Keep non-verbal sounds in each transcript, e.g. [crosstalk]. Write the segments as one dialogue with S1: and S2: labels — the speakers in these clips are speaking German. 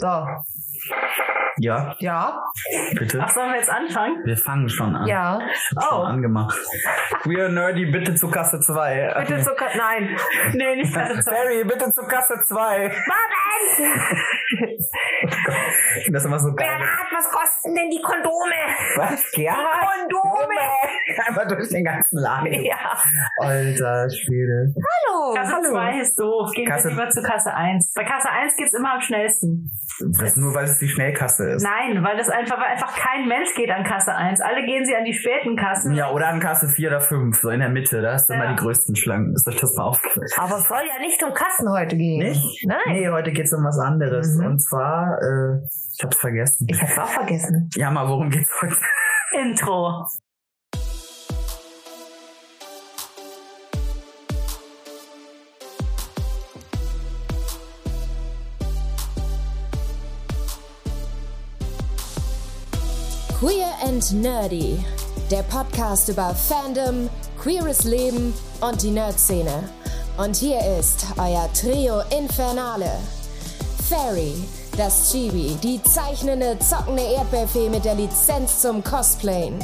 S1: Da.
S2: Ja,
S1: Ja.
S2: bitte.
S3: Ach, sollen wir jetzt anfangen?
S2: Wir fangen schon
S4: Ah.
S2: an.
S1: Ja.
S2: Ich hab
S3: Oh.
S2: schon angemacht. Queer Nerdy, bitte zu Kasse 2.
S1: Bitte zur Ka Nein.
S3: [laughs] Nee, nicht ganz so.
S2: Barry, bitte zu Kasse 2. Moment! Das ist immer so geil.
S1: Berat, was kosten denn die Kondome?
S2: Was? Ja?
S1: Kondome!
S2: Einfach durch den ganzen Laden.
S1: Ja.
S2: Alter Schwede.
S1: Oh, Hallo.
S3: Kasse 2 ist doof. Gehen
S2: Kasse-
S3: wir lieber zu Kasse 1. Bei Kasse 1 geht's immer am schnellsten.
S2: Das nur, weil es die Schnellkasse ist.
S3: Nein, weil das einfach, weil einfach kein Mensch geht an Kasse 1. Alle gehen sie an die späten Kassen.
S2: Ja, oder an Kasse 4 oder 5, so in der Mitte. Da hast du
S3: Ja.
S2: immer die größten Schlangen. Ist euch das mal aufgefallen?
S1: Aber es soll ja nicht um Kassen heute gehen.
S2: Nicht?
S1: Nein.
S2: Nee, heute geht's um was anderes.
S1: Mhm.
S2: Und zwar, äh, ich hab's vergessen.
S1: Ich hab's auch vergessen.
S2: Ja, mal, worum geht's
S1: [laughs]
S2: heute?
S3: Intro.
S5: Queer and Nerdy, der Podcast über Fandom, queeres Leben und die Nerd-Szene. Und hier ist euer Trio Infernale. Fairy, das Chibi, die zeichnende, zockende Erdbeerfee mit der Lizenz zum Cosplayen.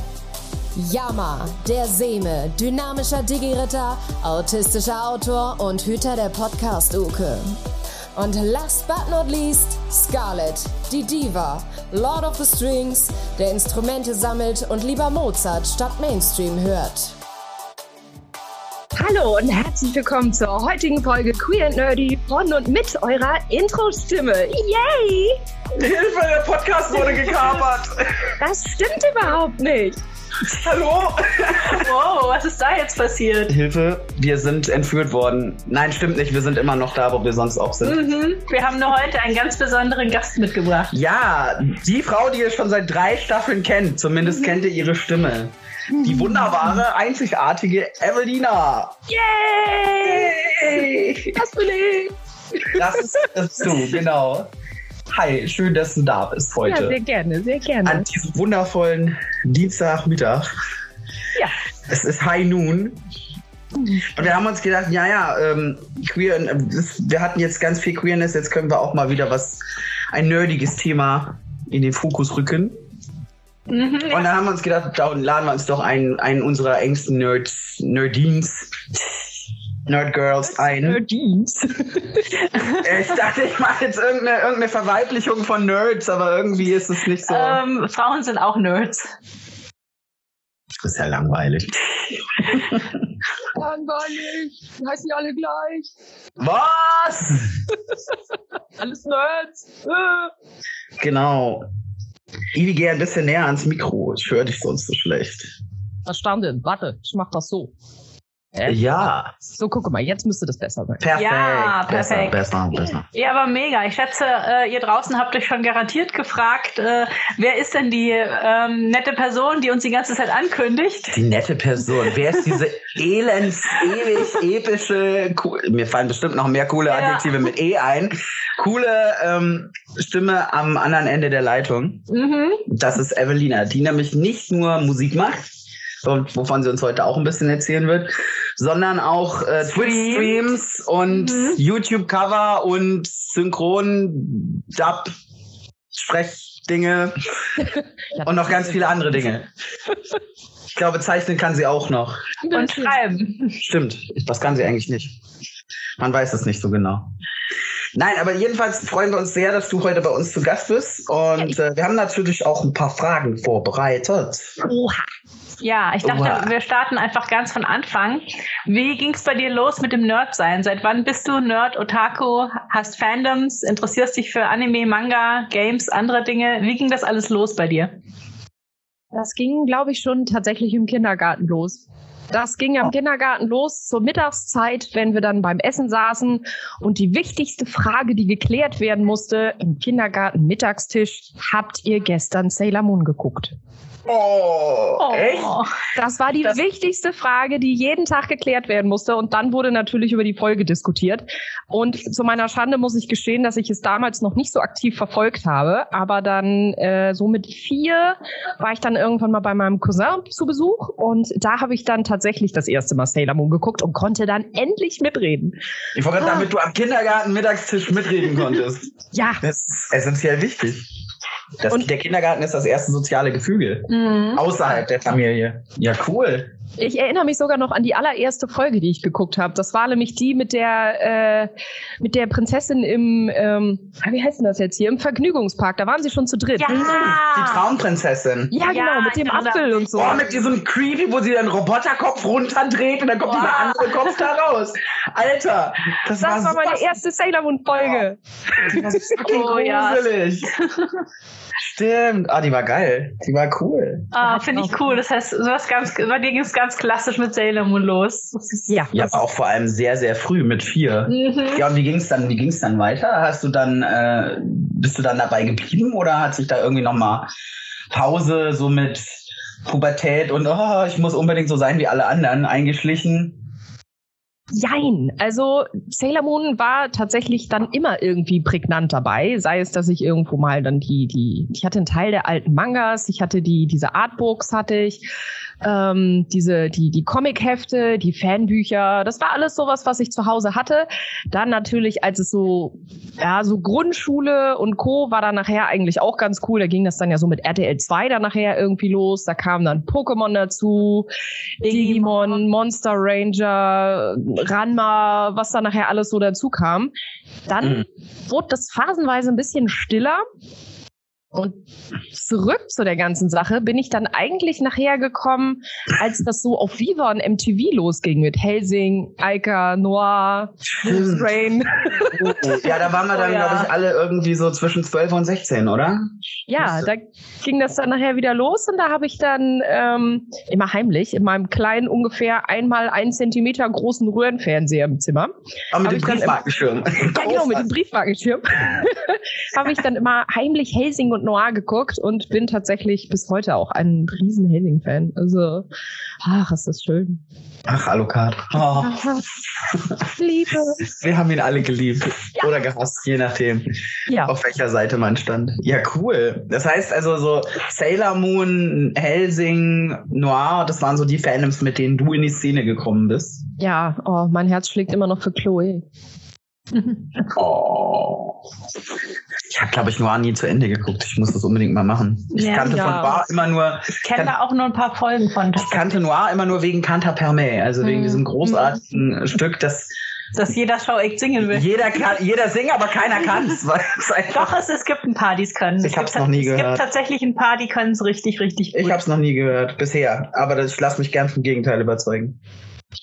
S5: Yama, der Seme, dynamischer Digi-Ritter, autistischer Autor und Hüter der Podcast-Uke. Und last but not least, Scarlett, die Diva, Lord of the Strings, der Instrumente sammelt und lieber Mozart statt Mainstream hört.
S6: Hallo und herzlich willkommen zur heutigen Folge Queer and Nerdy von und mit eurer Intro-Stimme. Yay!
S4: Hilfe, der Podcast wurde gekapert.
S6: Das stimmt überhaupt nicht.
S4: Hallo?
S3: Wow, was ist da jetzt passiert?
S4: Hilfe, wir sind entführt worden. Nein, stimmt nicht, wir sind immer noch da, wo wir sonst auch sind.
S1: Hm?
S3: Mhm. Wir haben nur heute einen ganz besonderen Gast mitgebracht.
S4: Ja, die Frau, die ihr schon seit drei Staffeln kennt, zumindest
S6: Mhm.
S4: kennt ihr ihre Stimme. Die wunderbare, einzigartige Evelina. Yay!
S6: Das bin ich.
S4: Das ist, das bist du, genau. Hi, schön, dass du da bist
S6: Ja, sehr
S4: heute.
S6: gerne, sehr
S4: An
S6: gerne.
S4: diesem wundervollen Dienstagmittag.
S6: Ja.
S4: Es ist High Noon. Und wir haben uns gedacht, ja, ja, ähm, queer, äh, das, wir hatten jetzt ganz viel Queerness, jetzt können wir auch mal wieder was, ein nerdiges Thema in den Fokus rücken.
S3: Mhm.
S4: Und dann haben wir uns gedacht, da laden wir uns doch einen, einen unserer engsten Nerds, Nerdines, Nerdgirls ein.
S6: Nerdines.
S4: Äh, Ich dachte, ich mache jetzt irgendeine, irgendeine Verweiblichung von Nerds, aber irgendwie ist es nicht so.
S3: Ähm, Frauen sind auch Nerds.
S4: Das ist ja langweilig.
S6: Langweilig. Heißen die alle gleich.
S4: Was?
S6: Alles Nerds. Äh.
S4: Genau. Ivi, geh ein bisschen näher ans Mikro. Ich höre dich sonst so schlecht.
S6: Verstanden. Warte, ich mach das so.
S4: Ja.
S6: So, gucke mal, jetzt müsste das besser sein.
S4: Perfekt.
S3: Ja, perfekt.
S4: Besser, besser, besser.
S3: Ja, aber mega. Ich schätze, äh, ihr draußen habt euch schon garantiert gefragt, äh, wer ist denn die ähm, nette Person, die uns die ganze Zeit ankündigt?
S4: Die nette Person. Wer ist diese elends, ewig, epische, cool, mir fallen bestimmt noch mehr coole
S3: Ja.
S4: Adjektive mit E ein. Coole ähm, Stimme am anderen Ende der Leitung.
S3: Mhm.
S4: Das ist Evelina, die nämlich nicht nur Musik macht, und wovon sie uns heute auch ein bisschen erzählen wird, sondern auch äh, Twitch-Streams und
S3: Mhm.
S4: YouTube-Cover und Synchron-Dub, Sprechdinge und noch ganz viele andere Dinge. Ich glaube, zeichnen kann sie auch noch.
S3: Und schreiben.
S4: Stimmt, das kann sie eigentlich nicht. Man weiß es nicht so genau. Nein, aber jedenfalls freuen wir uns sehr, dass du heute bei uns zu Gast bist. Und äh, wir haben natürlich auch ein paar Fragen vorbereitet.
S6: Oha.
S3: Ja, ich dachte,
S4: Oha.
S3: wir starten einfach ganz von Anfang. Wie ging's bei dir los mit dem Nerd-Sein? Seit wann bist du Nerd, Otaku, hast Fandoms, interessierst dich für Anime, Manga, Games, andere Dinge? Wie ging das alles los bei dir?
S6: Das ging, glaube ich, schon tatsächlich im Kindergarten los. Das ging am Kindergarten los zur Mittagszeit, wenn wir dann beim Essen saßen. Und die wichtigste Frage, die geklärt werden musste, im Kindergarten Mittagstisch, habt ihr gestern Sailor Moon geguckt?
S4: Oh,
S3: Oh.
S4: echt?
S6: Das war die
S3: Das-
S6: wichtigste Frage, die jeden Tag geklärt werden musste. Und dann wurde natürlich über die Folge diskutiert. Und zu meiner Schande muss ich gestehen, dass ich es damals noch nicht so aktiv verfolgt habe. Aber dann äh, so mit vier war ich dann irgendwann mal bei meinem Cousin zu Besuch. Und da habe ich dann tatsächlich das erste Mal Sailor Moon geguckt und konnte dann endlich mitreden.
S4: Ich
S3: Ah.
S4: wollte gerade, damit du am Kindergarten-Mittagstisch mitreden
S3: [laughs]
S4: konntest.
S6: Ja,
S4: Das ist essentiell wichtig. Das,
S6: Und-
S4: der Kindergarten ist das erste soziale Gefüge.
S3: Mhm.
S4: Außerhalb der Familie. Ja, cool.
S6: Ich erinnere mich sogar noch an die allererste Folge, die ich geguckt habe. Das war nämlich die mit der, äh, mit der Prinzessin im, ähm, wie heißt denn das jetzt hier, im Vergnügungspark. Da waren sie schon zu dritt.
S3: Ja. Ah,
S4: Die Traumprinzessin.
S6: Ja,
S3: Ja,
S6: genau, mit
S3: ich
S6: dem
S3: erinnere-
S6: Apfel und so.
S4: Boah, mit diesem Creepy, wo sie dann Roboterkopf runterdreht und dann kommt
S3: Boah.
S4: dieser andere Kopf da raus. Alter, das,
S6: das war,
S4: super
S6: meine erste Sailor Moon Folge.
S4: [laughs] fucking
S3: Oh, ja.
S4: gruselig. Stimmt. Ah, die war geil. Die war cool.
S3: Ah, finde ich cool. Das heißt, du hast ganz, bei dir ging es ganz klassisch mit Sailor Moon los. Das ist-
S6: Ja.
S4: Ja, aber auch vor allem sehr, sehr früh mit vier.
S3: Mhm.
S4: Ja, und wie ging's dann, wie ging's dann weiter? Hast du dann, äh, bist du dann dabei geblieben oder hat sich da irgendwie nochmal Pause so mit Pubertät und oh, ich muss unbedingt so sein wie alle anderen eingeschlichen?
S6: Jein. Also Sailor Moon war tatsächlich dann immer irgendwie prägnant dabei. Sei es, dass ich irgendwo mal dann die, die, ich hatte einen Teil der alten Mangas, ich hatte die, diese Artbooks hatte ich, ähm, diese, die, die Comichefte, die Fanbücher. Das war alles sowas, was ich zu Hause hatte. Dann natürlich, als es so, ja, so Grundschule und Co. war dann nachher eigentlich auch ganz cool. Da ging das dann ja so mit RTL 2 dann nachher irgendwie los. Da kam dann Pokémon dazu. Digimon, Monster Ranger, Ranma, was da nachher alles so dazu kam. Dann
S4: Mhm.
S6: wurde das phasenweise ein bisschen stiller. Und zurück zu der ganzen Sache bin ich dann eigentlich nachher gekommen, als das so auf Viva und MTV losging mit Helsing, Aika, Noir, Wolf's Rain.
S4: Ja, da waren wir dann,
S3: Oh, ja.
S4: glaube ich, alle irgendwie so zwischen 12 und 16, oder?
S6: Ja, da ging das dann nachher wieder los und da habe ich dann ähm, immer heimlich in meinem kleinen, ungefähr einmal ein Zentimeter großen Röhrenfernseher im Zimmer
S4: Aber
S6: Hab
S4: mit dem
S6: ich dann im-
S4: Briefmarkenschirm.
S6: Ja, genau, mit dem Briefmarkenschirm. [laughs] habe ich dann immer heimlich Helsing und Noir geguckt und bin tatsächlich bis heute auch ein riesen Helsing-Fan. Also, ach, ist das schön.
S4: Ach, Alucard. Oh,
S6: Liebe.
S4: wir haben ihn alle geliebt. Oder gehasst, je nachdem,
S6: Ja,
S4: auf welcher Seite man stand. Ja, cool. Das heißt also so Sailor Moon, Helsing, Noir, das waren so die Fandoms, mit denen du in die Szene gekommen bist.
S6: ja, oh, mein Herz schlägt immer noch für Chloe.
S4: Oh. Ich habe, glaube ich, Noir nie zu Ende geguckt. Ich muss das unbedingt mal machen. Ich
S3: Ja,
S4: kannte
S6: ja.
S4: von Noir immer nur
S3: Ich kenne da auch nur ein paar Folgen von.
S4: Ich kannte Noir immer nur wegen Canta Perme, also wegen
S3: Mhm.
S4: diesem großartigen
S3: Hm.
S4: Stück, das
S3: Dass jeder Show echt singen will.
S4: jeder kann, jeder singt, aber keiner kann [laughs] es.
S3: Doch, es, es gibt ein paar, die es können.
S4: Ich
S3: Es
S4: hab's
S3: gibt ta-
S4: noch nie
S3: Es
S4: gehört.
S3: gibt tatsächlich ein paar, die können es richtig, richtig gut.
S4: Ich habe es noch nie gehört bisher, aber das, ich lasse mich gern vom Gegenteil überzeugen.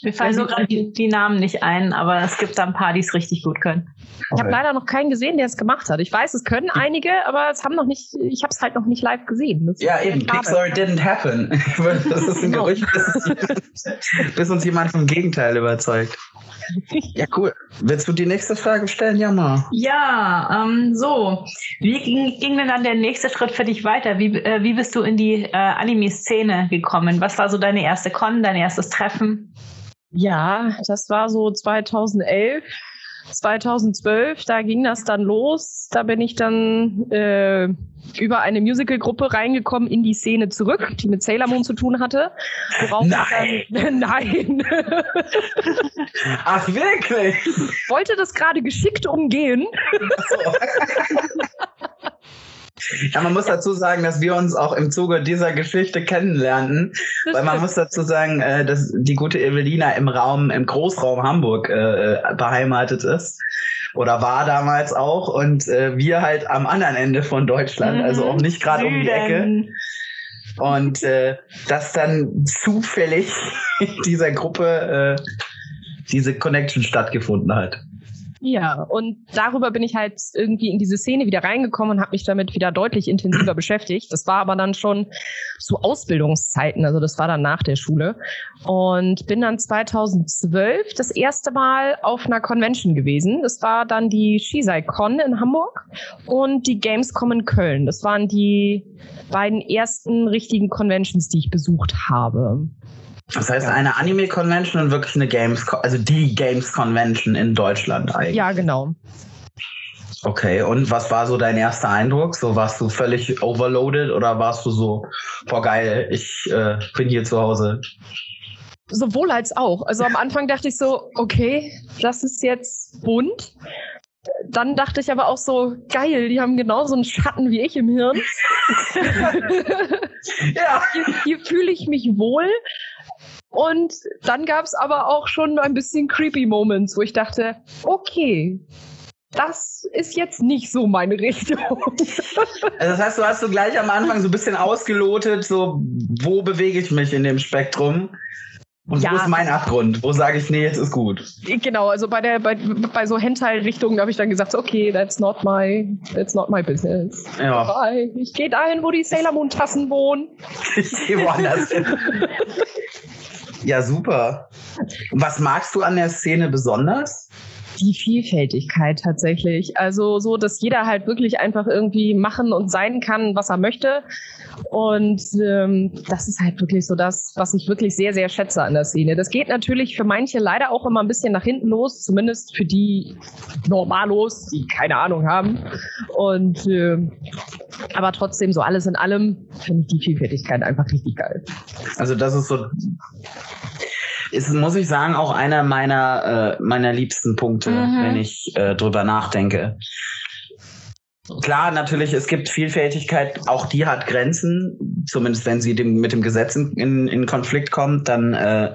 S3: Mir fallen so gerade die, die Namen nicht ein, aber es gibt da ein paar, die es richtig gut können.
S6: Ich habe leider noch keinen gesehen, der es gemacht hat. Ich weiß, es können einige, aber es haben noch nicht, ich habe es halt noch nicht live gesehen. Das ist
S4: ja,
S6: sehr
S4: eben.
S6: schade.
S4: Pixar didn't happen. [laughs] Das ist ein
S6: Genau.
S4: Gerücht, bis, es- bis uns jemand vom Gegenteil überzeugt. Ja, cool. Willst du die nächste Frage stellen? Ja, mal.
S3: Ja, ähm, so. Wie ging, ging denn dann der nächste Schritt für dich weiter? Wie, äh, wie bist du in die äh, Anime-Szene gekommen? Was war so deine erste Con, dein erstes Treffen?
S6: Ja, das war so 2011, 2012, da ging das dann los. Da bin ich dann äh, über eine Musical-Gruppe reingekommen in die Szene zurück, die mit Sailor Moon zu tun hatte. Worauf
S4: Nein.
S6: Ich dann, [laughs] nein,
S4: Ach, wirklich?
S6: wollte das gerade geschickt umgehen.
S4: Ja, man muss dazu sagen, dass wir uns auch im Zuge dieser Geschichte kennenlernten. Weil man muss dazu sagen, äh, dass die gute Evelina im Raum, im Großraum Hamburg äh, äh, beheimatet ist. Oder war damals auch. Und äh, wir halt am anderen Ende von Deutschland, also auch nicht gerade um die Ecke.
S3: Süden.
S4: Und äh, dass dann [laughs] zufällig in dieser Gruppe äh, diese Connection stattgefunden hat.
S6: Ja, und darüber bin ich halt irgendwie in diese Szene wieder reingekommen und habe mich damit wieder deutlich intensiver beschäftigt. Das war aber dann schon zu Ausbildungszeiten, also das war dann nach der Schule. Und bin dann 2012 das erste Mal auf einer Convention gewesen. Das war dann die Shisei-Con in Hamburg und die Gamescom in Köln. Das waren die beiden ersten richtigen Conventions, die ich besucht habe.
S4: Das heißt, eine Anime-Convention und wirklich eine Games-Con, also die Games-Convention in Deutschland eigentlich.
S6: Ja, genau.
S4: Okay, und was war so dein erster Eindruck? So warst du völlig overloaded oder warst du so, boah geil, ich äh, bin hier zu Hause?
S6: Sowohl als auch. Also am Anfang dachte ich so, okay, das ist jetzt bunt. Dann dachte ich aber auch so, geil, die haben genauso einen Schatten wie ich im Hirn.
S4: Ja.
S6: Hier, hier fühle ich mich wohl. Und dann gab es aber auch schon ein bisschen creepy Moments, wo ich dachte, okay, das ist jetzt nicht so meine Richtung. [laughs]
S4: Also das heißt, du hast so gleich am Anfang so ein bisschen ausgelotet, so wo bewege ich mich in dem Spektrum? Und
S6: Ja.
S4: wo ist mein Abgrund? Wo sage ich, nee, jetzt ist gut?
S6: genau, also bei der bei, bei so Hentai-Richtungen habe ich dann gesagt, so, okay, that's not my that's not my business.
S4: Ja,
S6: Bye. Ich gehe dahin, wo die Sailor Moon Tassen wohnen.
S4: [laughs] ich gehe woanders hin. Ja, super. Was magst du an der Szene besonders?
S6: Die Vielfältigkeit tatsächlich. Also so, dass jeder halt wirklich einfach irgendwie machen und sein kann, was er möchte. Und ähm, das ist halt wirklich so das, was ich wirklich sehr, sehr schätze an der Szene. Das geht natürlich für manche leider auch immer ein bisschen nach hinten los, zumindest für die Normalos, die keine Ahnung haben. Und ähm, aber trotzdem, so alles in allem, finde ich die Vielfältigkeit einfach richtig geil.
S4: Also das ist so, ist, muss ich sagen, auch einer meiner, äh, meiner liebsten Punkte,
S3: Mhm.
S4: wenn ich äh, drüber nachdenke. Klar, natürlich, es gibt Vielfältigkeit, auch die hat Grenzen, zumindest wenn sie dem, mit dem Gesetz in, in, in Konflikt kommt, dann äh,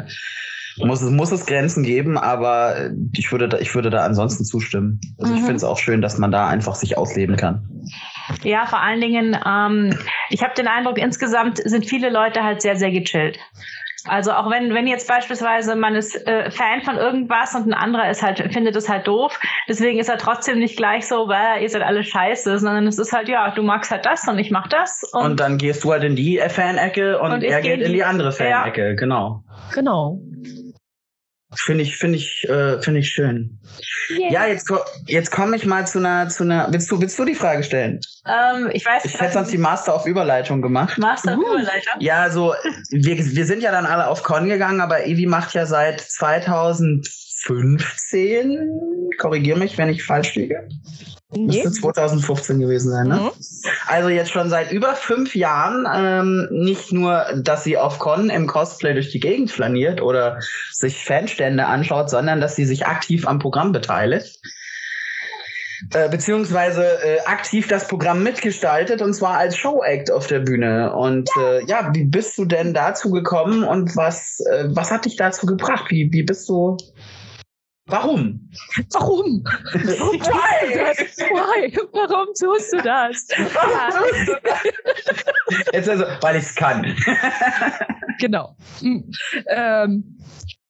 S4: muss, es, muss es Grenzen geben, aber ich würde da, ich würde da ansonsten zustimmen. Also ich
S3: Mhm.
S4: finde es auch schön, dass man da einfach sich ausleben kann.
S3: Ja, vor allen Dingen, ähm, ich habe den Eindruck, insgesamt sind viele Leute halt sehr, sehr gechillt. Also auch wenn, wenn jetzt beispielsweise man ist äh, Fan von irgendwas und ein anderer ist halt, findet es halt doof, deswegen ist er trotzdem nicht gleich so, weil ihr seid alle scheiße, sondern es ist halt, ja, du magst halt das und ich mach das.
S4: Und,
S3: Und,
S4: dann gehst du halt in die Fan-Ecke und,
S3: Und ich
S4: er
S3: geh
S4: geht in die, andere Fan-Ecke, genau.
S6: Genau.
S4: Finde ich, finde ich, äh, finde ich schön. Ja, jetzt, ko- jetzt komme ich mal zu einer, zu einer. Willst du, willst du die Frage stellen?
S3: ähm, ich weiß
S4: Ich hätte sonst die Master auf Überleitung gemacht.
S3: Master uh. Überleiter.
S4: Ja, so, wir, wir sind ja dann alle auf Con gegangen, aber Evi macht ja seit 2015, korrigier mich, wenn ich falsch liege. Müsste 2015 gewesen sein, ne?
S6: Mhm.
S4: Also jetzt schon seit über fünf Jahren ähm, nicht nur, dass sie auf Con im Cosplay durch die Gegend flaniert oder sich Fanstände anschaut, sondern dass sie sich aktiv am Programm beteiligt. Äh, beziehungsweise äh, aktiv das Programm mitgestaltet und zwar als Showact auf der Bühne. Und äh, ja, wie bist du denn dazu gekommen und was, äh, was hat dich dazu gebracht? Wie, wie bist du. Warum?
S6: Warum? Warum tust du
S4: Why?
S6: das? Why? Warum tust du das?
S4: Jetzt also, weil ich es kann.
S6: [laughs] Genau. Hm. Ähm,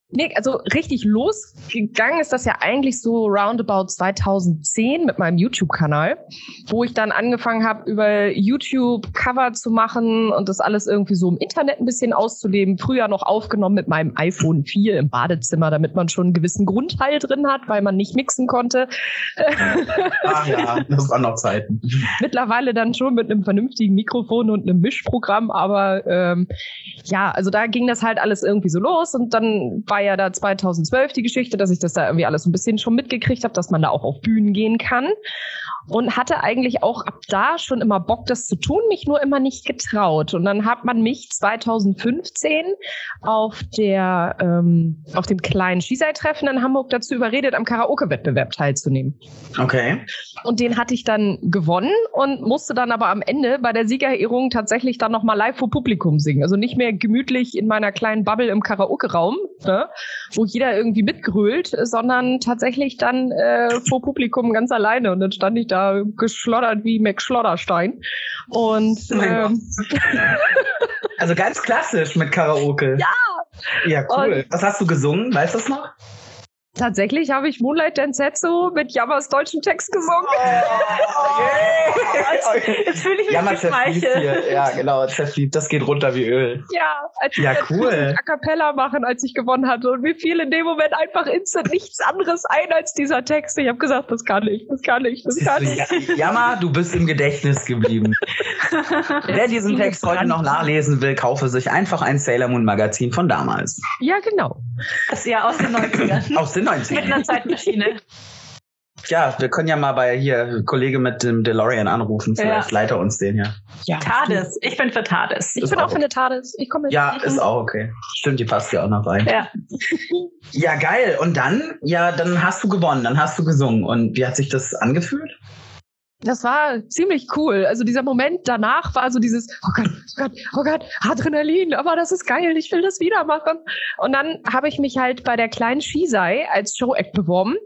S6: nee, also richtig losgegangen ist das ja eigentlich so roundabout 2010 mit meinem YouTube-Kanal, wo ich dann angefangen habe, über YouTube Cover zu machen und das alles irgendwie so im Internet ein bisschen auszuleben. Früher noch aufgenommen mit meinem iPhone 4 im Badezimmer, damit man schon einen gewissen Grundteil drin hat, weil man nicht mixen konnte.
S4: Ach Ah, ja, das waren noch Zeiten.
S6: mittlerweile dann schon mit einem vernünftigen Mikrofon und einem Mischprogramm, aber ähm, ja, also da ging das halt alles irgendwie so los und dann war ja da 2012 die Geschichte, dass ich das da irgendwie alles so ein bisschen schon mitgekriegt habe, dass man da auch auf Bühnen gehen kann und hatte eigentlich auch ab da schon immer Bock, das zu tun, mich nur immer nicht getraut und dann hat man mich 2015 auf der ähm, auf dem kleinen Skisei-Treffen in Hamburg dazu überredet, am Karaoke-Wettbewerb teilzunehmen.
S4: Okay.
S6: Und den hatte ich dann gewonnen und musste dann aber am Ende bei der Siegerehrung tatsächlich dann nochmal live vor Publikum singen. Also nicht mehr gemütlich in meiner kleinen Bubble im Karaoke-Raum, ne, wo jeder irgendwie mitgrölt, sondern tatsächlich dann äh, vor Publikum ganz alleine. Und dann stand ich da geschloddert wie Max Schlodderstein. Und
S4: Mein
S6: ähm,
S4: Also ganz klassisch mit Karaoke.
S6: Ja.
S4: Ja, cool. Was hast du gesungen? Weißt du das noch?
S6: Tatsächlich habe ich Moonlight Densetsu mit Yamas deutschem Text gesungen.
S3: Oh, Jetzt fühle ich mich
S4: Ja, man zerfließt
S3: geschmeichelt.
S4: hier. Ja, genau, zerfließt. Das geht runter wie Öl.
S6: [laughs] Ja, als
S7: Ja,
S6: als
S7: cool.
S6: A Cappella machen, als ich gewonnen hatte. Und mir fiel in dem Moment einfach instant nichts anderes ein als dieser Text. Ich habe gesagt, das kann ich, das kann ich, das kann ich.
S4: Jammer, du bist im Gedächtnis
S3: [laughs]
S4: geblieben. Wer diesen Text heute noch nachlesen will, kaufe sich einfach ein Sailor Moon Magazin von damals.
S6: Ja, genau.
S3: Das ist ja aus den 90ern.
S4: Aus den
S3: Mit
S4: 90ern.
S3: einer Zeitmaschine.
S4: Ja, wir können ja mal bei hier Kollege mit dem DeLorean anrufen. Vielleicht leitet er uns den ja.
S6: Ja.
S3: TARDIS. Ich bin für TARDIS.
S6: Ich
S4: Ist
S6: bin
S4: auch
S6: auch für eine Tades. Ich komme mit.
S4: Ja, ist auch okay. Stimmt, die passt ja auch noch rein.
S3: Ja.
S4: Ja, geil. Und dann, ja, dann hast du gewonnen, dann hast du gesungen. Und wie hat sich das angefühlt?
S6: Das war ziemlich cool. Also dieser Moment danach war so dieses, oh Gott, oh Gott, oh Gott, Adrenalin, aber das ist geil, ich will das wieder machen. Und dann habe ich mich halt bei der kleinen Shisei als Showact beworben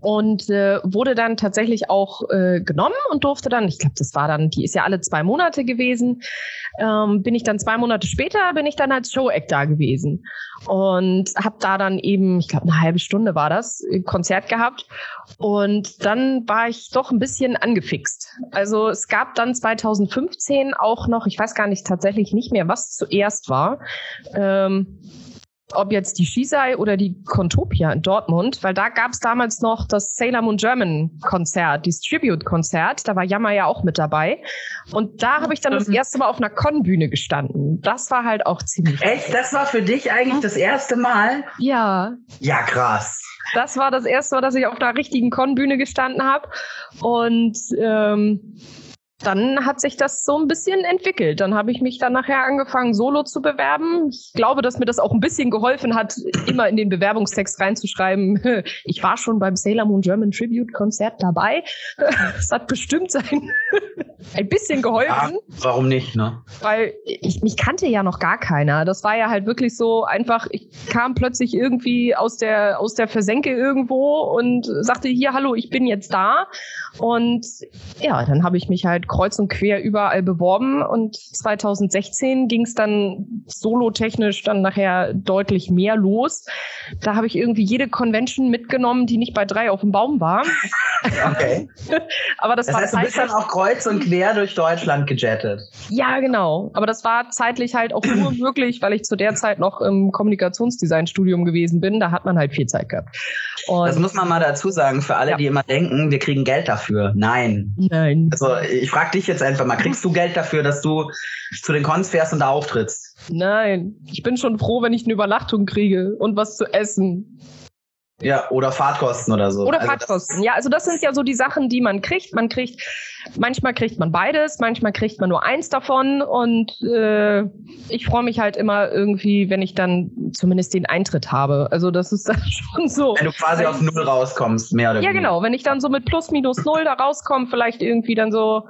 S6: und äh, wurde dann tatsächlich auch äh, genommen und durfte dann, ich glaube, das war dann, die ist ja alle zwei Monate gewesen, ähm, bin ich dann zwei Monate später, bin ich dann als Showact da gewesen und habe da dann eben, ich glaube, eine halbe Stunde war das, äh, Konzert gehabt und dann war ich doch ein bisschen angefixt. Also es gab dann 2015 auch noch, ich weiß gar nicht tatsächlich nicht mehr, was zuerst war. Ähm, ob jetzt die Shisei oder die Kontopia in Dortmund, weil da gab es damals noch das Sailor Moon German Konzert, dieses Tribute-Konzert, da war Yammer ja auch mit dabei. Und da habe ich dann das erste Mal auf einer Con-Bühne gestanden. Das war halt auch ziemlich.
S4: Echt? Das war für dich eigentlich das erste Mal?
S6: Ja,
S4: Ja, krass.
S6: das war das erste Mal, dass ich auf einer richtigen Con-Bühne gestanden habe. Und ähm, dann hat sich das so ein bisschen entwickelt. Dann habe ich mich dann nachher angefangen, solo zu bewerben. Ich glaube, dass mir das auch ein bisschen geholfen hat, immer in den Bewerbungstext reinzuschreiben, [laughs] ich war schon beim Sailor Moon German Tribute Konzert dabei. [laughs] Das hat bestimmt sein [laughs] ein bisschen
S4: Ah,
S6: geholfen
S4: warum nicht, ne?
S6: weil ich, mich kannte ja noch gar keiner. Das war ja halt wirklich so einfach, ich kam plötzlich irgendwie aus der, aus der Versenke irgendwo und sagte hier, hallo, ich bin jetzt da. Und ja, dann habe ich mich halt kreuz und quer überall beworben und 2016 ging es dann solotechnisch dann nachher deutlich mehr los. Da habe ich irgendwie jede Convention mitgenommen, die nicht bei drei auf dem Baum war.
S4: Okay.
S6: Aber das,
S4: Das
S6: war halt
S4: heißt, du bist dann auch kreuz und quer durch Deutschland gejettet.
S6: Ja, genau. Aber das war zeitlich halt
S4: [clears throat]
S6: auch nur möglich, weil ich zu der Zeit noch im Kommunikationsdesign-Studium gewesen bin. Da hat man halt viel Zeit gehabt.
S4: Das
S6: Und
S4: muss man mal dazu sagen, für alle,
S6: Ja.
S4: die immer denken, wir kriegen Geld dafür. Nein.
S6: nein,
S4: Also ich frage dich jetzt einfach mal, kriegst du Geld dafür, dass du zu den Cons fährst und da auftrittst?
S6: nein. Ich bin schon froh, wenn ich eine Übernachtung kriege und was zu essen.
S4: Ja, oder Fahrtkosten oder so. Also
S6: Oder
S4: das-
S6: Fahrtkosten. Ja, also das sind ja so die Sachen, die man kriegt. Man kriegt, manchmal kriegt man beides, manchmal kriegt man nur eins davon. Und äh, ich freue mich halt immer irgendwie, wenn ich dann zumindest den Eintritt habe. Also das ist dann [laughs] schon so.
S4: Wenn du quasi auf Null rauskommst, mehr oder
S6: Ja,
S4: weniger.
S6: genau. Wenn ich dann so mit plus minus null da rauskomme, vielleicht irgendwie dann so,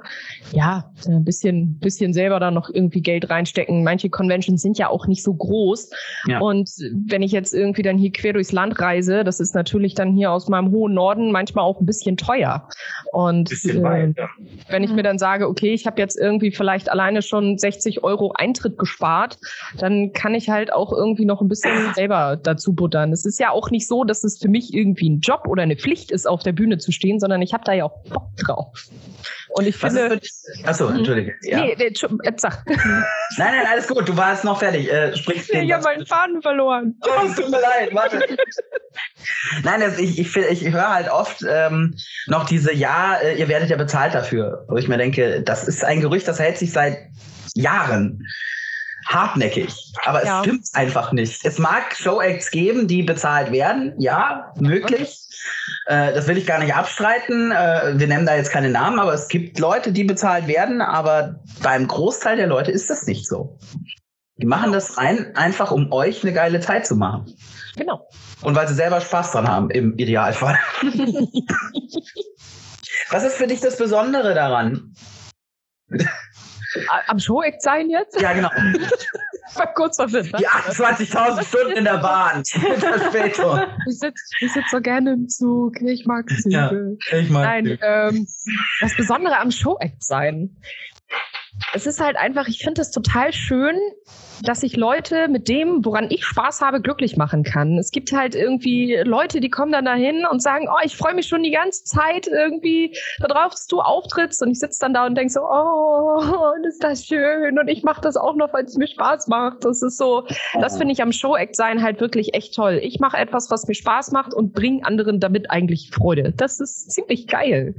S6: ja, ein bisschen, bisschen selber da noch irgendwie Geld reinstecken. Manche Conventions sind ja auch nicht so groß.
S4: Ja.
S6: Und wenn ich jetzt irgendwie dann hier quer durchs Land reise, das ist natürlich dann hier aus meinem hohen Norden manchmal auch ein bisschen teuer. Und
S4: Bisschen
S6: äh,
S4: weit, ja.
S6: wenn ich mir dann sage, okay, ich habe jetzt irgendwie vielleicht alleine schon 60 Euro Eintritt gespart, dann kann ich halt auch irgendwie noch ein bisschen selber dazu buttern. Es ist ja auch nicht so, dass es für mich irgendwie ein Job oder eine Pflicht ist, auf der Bühne zu stehen, sondern ich habe da ja auch Bock drauf. Und ich
S4: Was ist
S6: finde.
S4: für dich? Achso, entschuldige. Ja.
S6: Mhm. Nee, nee, Entschu- äh, sag.
S4: Nein, nein, alles gut, du warst noch fertig. Äh, sprich den
S6: Ich habe
S4: Satz
S6: meinen Faden verloren.
S4: Oh, es tut mir leid,
S6: [laughs]
S4: warte. Nein, das, ich, ich, ich höre halt oft ähm, noch diese, ja, äh, ihr werdet ja bezahlt dafür. Wo ich mir denke, das ist ein Gerücht, das hält sich seit Jahren hartnäckig. Aber
S6: Ja.
S4: es stimmt einfach nicht. Es mag Showacts geben, die bezahlt werden. Ja, möglich. Äh, das will ich gar nicht abstreiten. Äh, wir nennen da jetzt keine Namen, aber es gibt Leute, die bezahlt werden. Aber beim Großteil der Leute ist das nicht so. Die machen das rein, einfach um euch eine geile Zeit zu machen.
S6: Genau.
S4: Und weil sie selber Spaß dran haben, im Idealfall. Was ist für dich das Besondere daran?
S6: A- Am Showact sein jetzt? [laughs]
S4: Ja, genau.
S6: Mal kurz verwirrt.
S4: Die 28.000 Stunden in der Bahn. Verspätung.
S6: Ich sitze ich sitz so gerne im Zug. Ich mag Züge.
S4: Ich
S6: Nein, ähm, das Besondere am Showact sein. es ist halt einfach, ich finde es total schön, dass ich Leute mit dem, woran ich Spaß habe, glücklich machen kann. Es gibt halt irgendwie Leute, die kommen dann dahin und sagen, oh, ich freue mich schon die ganze Zeit irgendwie darauf, dass du auftrittst. Und ich sitze dann da und denke so, oh, [laughs] und ist das schön. Und ich mache das auch noch, weil es mir Spaß macht. Das ist so, das finde ich am Showact sein halt wirklich echt toll. Ich mache etwas, was mir Spaß macht und bringe anderen damit eigentlich Freude. Das ist ziemlich geil.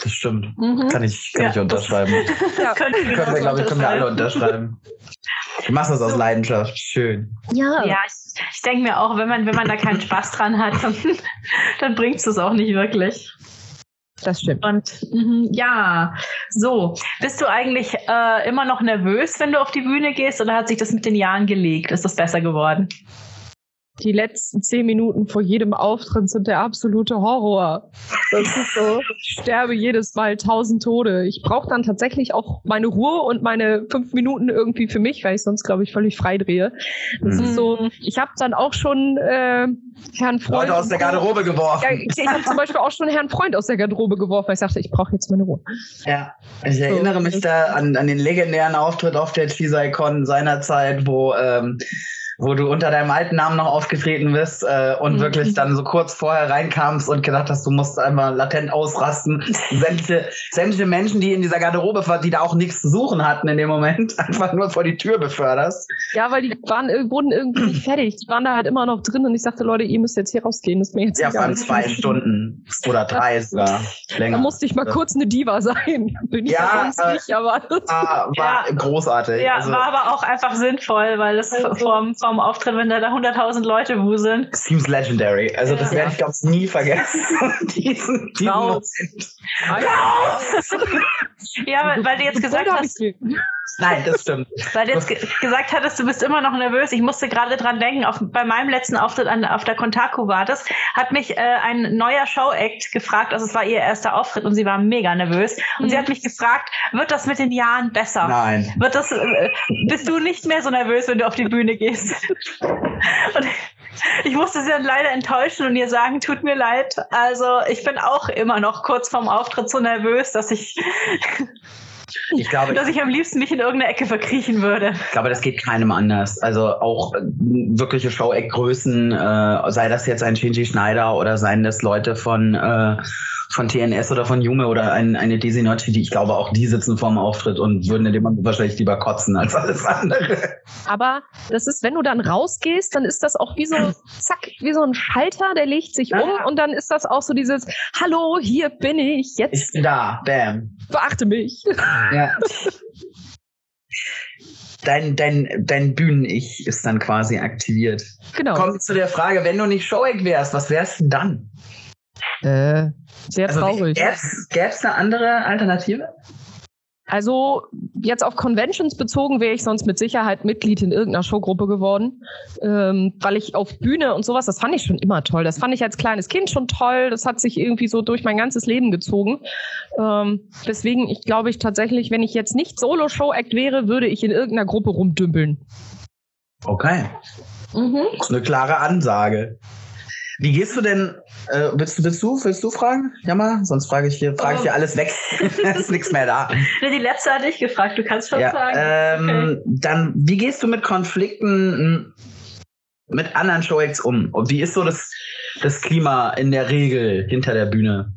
S8: Das stimmt.
S9: Mhm.
S8: Kann ich, kann
S9: Ja,
S8: ich unterschreiben.
S9: [laughs]
S6: Ja.
S9: Könnte
S4: [laughs]
S9: ich
S4: Können wir,
S9: genauso
S4: glaube ich, können wir alle
S9: unterschreiben.
S4: unterschreiben. Du machst das aus Leidenschaft. Schön.
S9: Ja, ich, ich denke mir auch, wenn man, wenn man da keinen Spaß dran
S3: [laughs]
S9: hat, dann, dann bringt es das auch nicht wirklich.
S6: Das stimmt.
S9: Und mhm, ja, so. Bist du eigentlich äh, immer noch nervös, wenn du auf die Bühne gehst oder hat sich das mit den Jahren gelegt? Ist das besser geworden?
S6: die letzten zehn Minuten vor jedem Auftritt sind der absolute Horror. Das ist so. Ich sterbe jedes Mal tausend Tode. Ich brauche dann tatsächlich auch meine Ruhe und meine fünf Minuten irgendwie für mich, weil ich sonst, glaube ich, völlig frei drehe. Das
S8: Mhm.
S4: Hm.
S6: ist so. Ich habe dann auch schon äh, Herrn Freund.
S4: Leute aus der Garderobe
S6: Ja,
S4: geworfen.
S6: ich habe zum Beispiel auch schon Herrn Freund aus der Garderobe geworfen, weil ich sagte, ich brauche jetzt meine Ruhe.
S4: Ja. Ich erinnere mich da an, an den legendären Auftritt auf der Teaser-Icon seinerzeit, wo, ähm, wo du unter deinem alten Namen noch aufgetreten bist äh, und
S9: Mhm.
S4: wirklich dann so kurz vorher reinkamst und gedacht hast, du musst einmal latent
S9: [laughs]
S4: ausrasten. Sämtliche, sämtliche Menschen, die in dieser Garderobe waren, die da auch nichts zu suchen hatten in dem Moment, [laughs] einfach nur vor die Tür beförderst.
S6: Ja, weil die waren, ir- wurden irgendwie nicht fertig. Die waren da halt immer noch drin und ich sagte, Leute, ihr müsst jetzt hier rausgehen. Das ist mir jetzt
S4: Ja, vor
S6: egal.
S4: allem zwei Stunden oder drei sogar.
S6: Da
S4: Länger.
S6: musste ich mal kurz eine Diva sein. Bin ich
S4: Ja,
S6: ja sonst
S4: äh,
S6: nicht, aber
S4: war, Ah, war
S9: Ja.
S4: großartig.
S9: Ja,
S4: also,
S9: war aber auch einfach sinnvoll, weil das vom, vom Auftritt, wenn da da 100.000 Leute wuseln.
S4: seems legendary. Also das
S9: Ja.
S4: werde ich glaube ich nie vergessen. [laughs] diesen, diesen
S6: Raus.
S4: Moment.
S9: Ja, weil, weil du jetzt gesagt hast,
S4: Nein, das stimmt.
S9: Weil du jetzt ge gesagt hattest, du bist immer noch nervös. Ich musste gerade dran denken, auf, bei meinem letzten Auftritt an, auf der Kontaku war das, hat mich äh, ein neuer Show-Act gefragt, also es war ihr erster Auftritt und sie war mega nervös. Und sie hat mich gefragt, wird das mit den Jahren besser?
S4: Nein.
S9: Wird das, äh, bist du nicht mehr so nervös, wenn du auf die Bühne gehst? und ich musste sie dann leider enttäuschen und ihr sagen, tut mir leid. Also ich bin auch immer noch kurz vorm Auftritt so nervös, dass ich,
S4: Ich glaube,
S9: dass ich am liebsten mich in irgendeine Ecke verkriechen würde.
S4: ich glaube, das geht keinem anders. Also auch äh, wirkliche Show-Eck-Größen, äh, sei das jetzt ein Shinji Schneider oder seien das Leute von, äh, von TNS oder von Jume oder ein, eine Desi Notti, die ich glaube auch die sitzen vorm Auftritt und würden in dem Moment wahrscheinlich lieber kotzen als alles andere.
S6: Aber das ist, wenn du dann rausgehst, dann ist das auch wie so, zack, wie so ein Schalter, der legt sich um und dann ist das auch so dieses, hallo, hier bin ich,
S4: Ich
S6: jetzt
S4: bin da, bam.
S6: beachte mich.
S4: Ja. Dein, dein, dein Bühnen-Ich ist dann quasi aktiviert.
S6: Genau.
S4: Kommen wir zu der Frage, wenn du nicht Showegg wärst, was wärst du dann?
S6: Äh, sehr
S4: Also,
S6: traurig.
S4: Gäbe es eine andere Alternative?
S6: Also jetzt auf Conventions bezogen wäre ich sonst mit Sicherheit Mitglied in irgendeiner Showgruppe geworden, ähm, weil ich auf Bühne und sowas, das fand ich schon immer toll. Das fand ich als kleines Kind schon toll. Das hat sich irgendwie so durch mein ganzes Leben gezogen. Ähm, deswegen, ich glaube ich tatsächlich, wenn ich jetzt nicht Solo-Show-Act wäre, würde ich in irgendeiner Gruppe rumdümpeln.
S4: Okay, das ist eine klare Ansage. Wie gehst du denn, äh, willst, du, willst, du, willst du fragen, Jammer? Sonst frage ich hier, frage ich hier alles weg. [laughs] ist nichts mehr da.
S9: Nee, die letzte hatte ich gefragt, du kannst schon sagen.
S6: äh,
S4: Ähm, Dann, wie gehst du mit Konflikten m, mit anderen Showacts um? Und wie ist so das, das Klima in der Regel hinter der Bühne?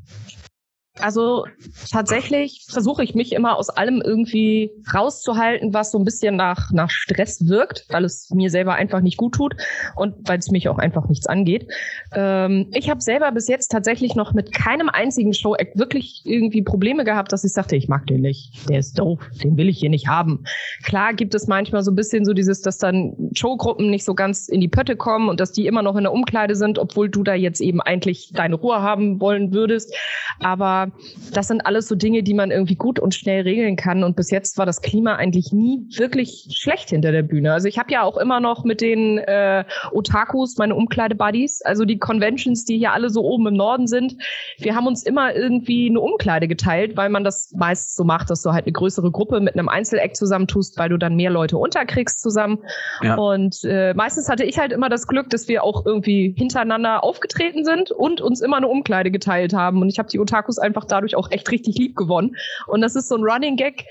S6: Also tatsächlich versuche ich mich immer aus allem irgendwie rauszuhalten, was so ein bisschen nach, nach Stress wirkt, weil es mir selber einfach nicht gut tut und weil es mich auch einfach nichts angeht. Ähm, ich habe selber bis jetzt tatsächlich noch mit keinem einzigen Show-Act wirklich irgendwie Probleme gehabt, dass ich sagte, ich mag den nicht, der ist doof, den will ich hier nicht haben. Klar gibt es manchmal so ein bisschen so dieses, dass dann Showgruppen nicht so ganz in die Pötte kommen und dass die immer noch in der Umkleide sind, obwohl du da jetzt eben eigentlich deine Ruhe haben wollen würdest. Aber das sind alles so Dinge, die man irgendwie gut und schnell regeln kann. Und bis jetzt war das Klima eigentlich nie wirklich schlecht hinter der Bühne. Also ich habe ja auch immer noch mit den äh, Otakus, meine Umkleide-Buddies, also die Conventions, die hier alle so oben im Norden sind, wir haben uns immer irgendwie eine Umkleide geteilt, weil man das meist so macht, dass du halt eine größere Gruppe mit einem Einzeleck zusammentust, weil du dann mehr Leute unterkriegst zusammen.
S4: Ja.
S6: Und äh, meistens hatte ich halt immer das Glück, dass wir auch irgendwie hintereinander aufgetreten sind und uns immer eine Umkleide geteilt haben. Und ich habe die Otakus einfach einfach dadurch auch echt richtig lieb gewonnen. Und das ist so ein Running Gag,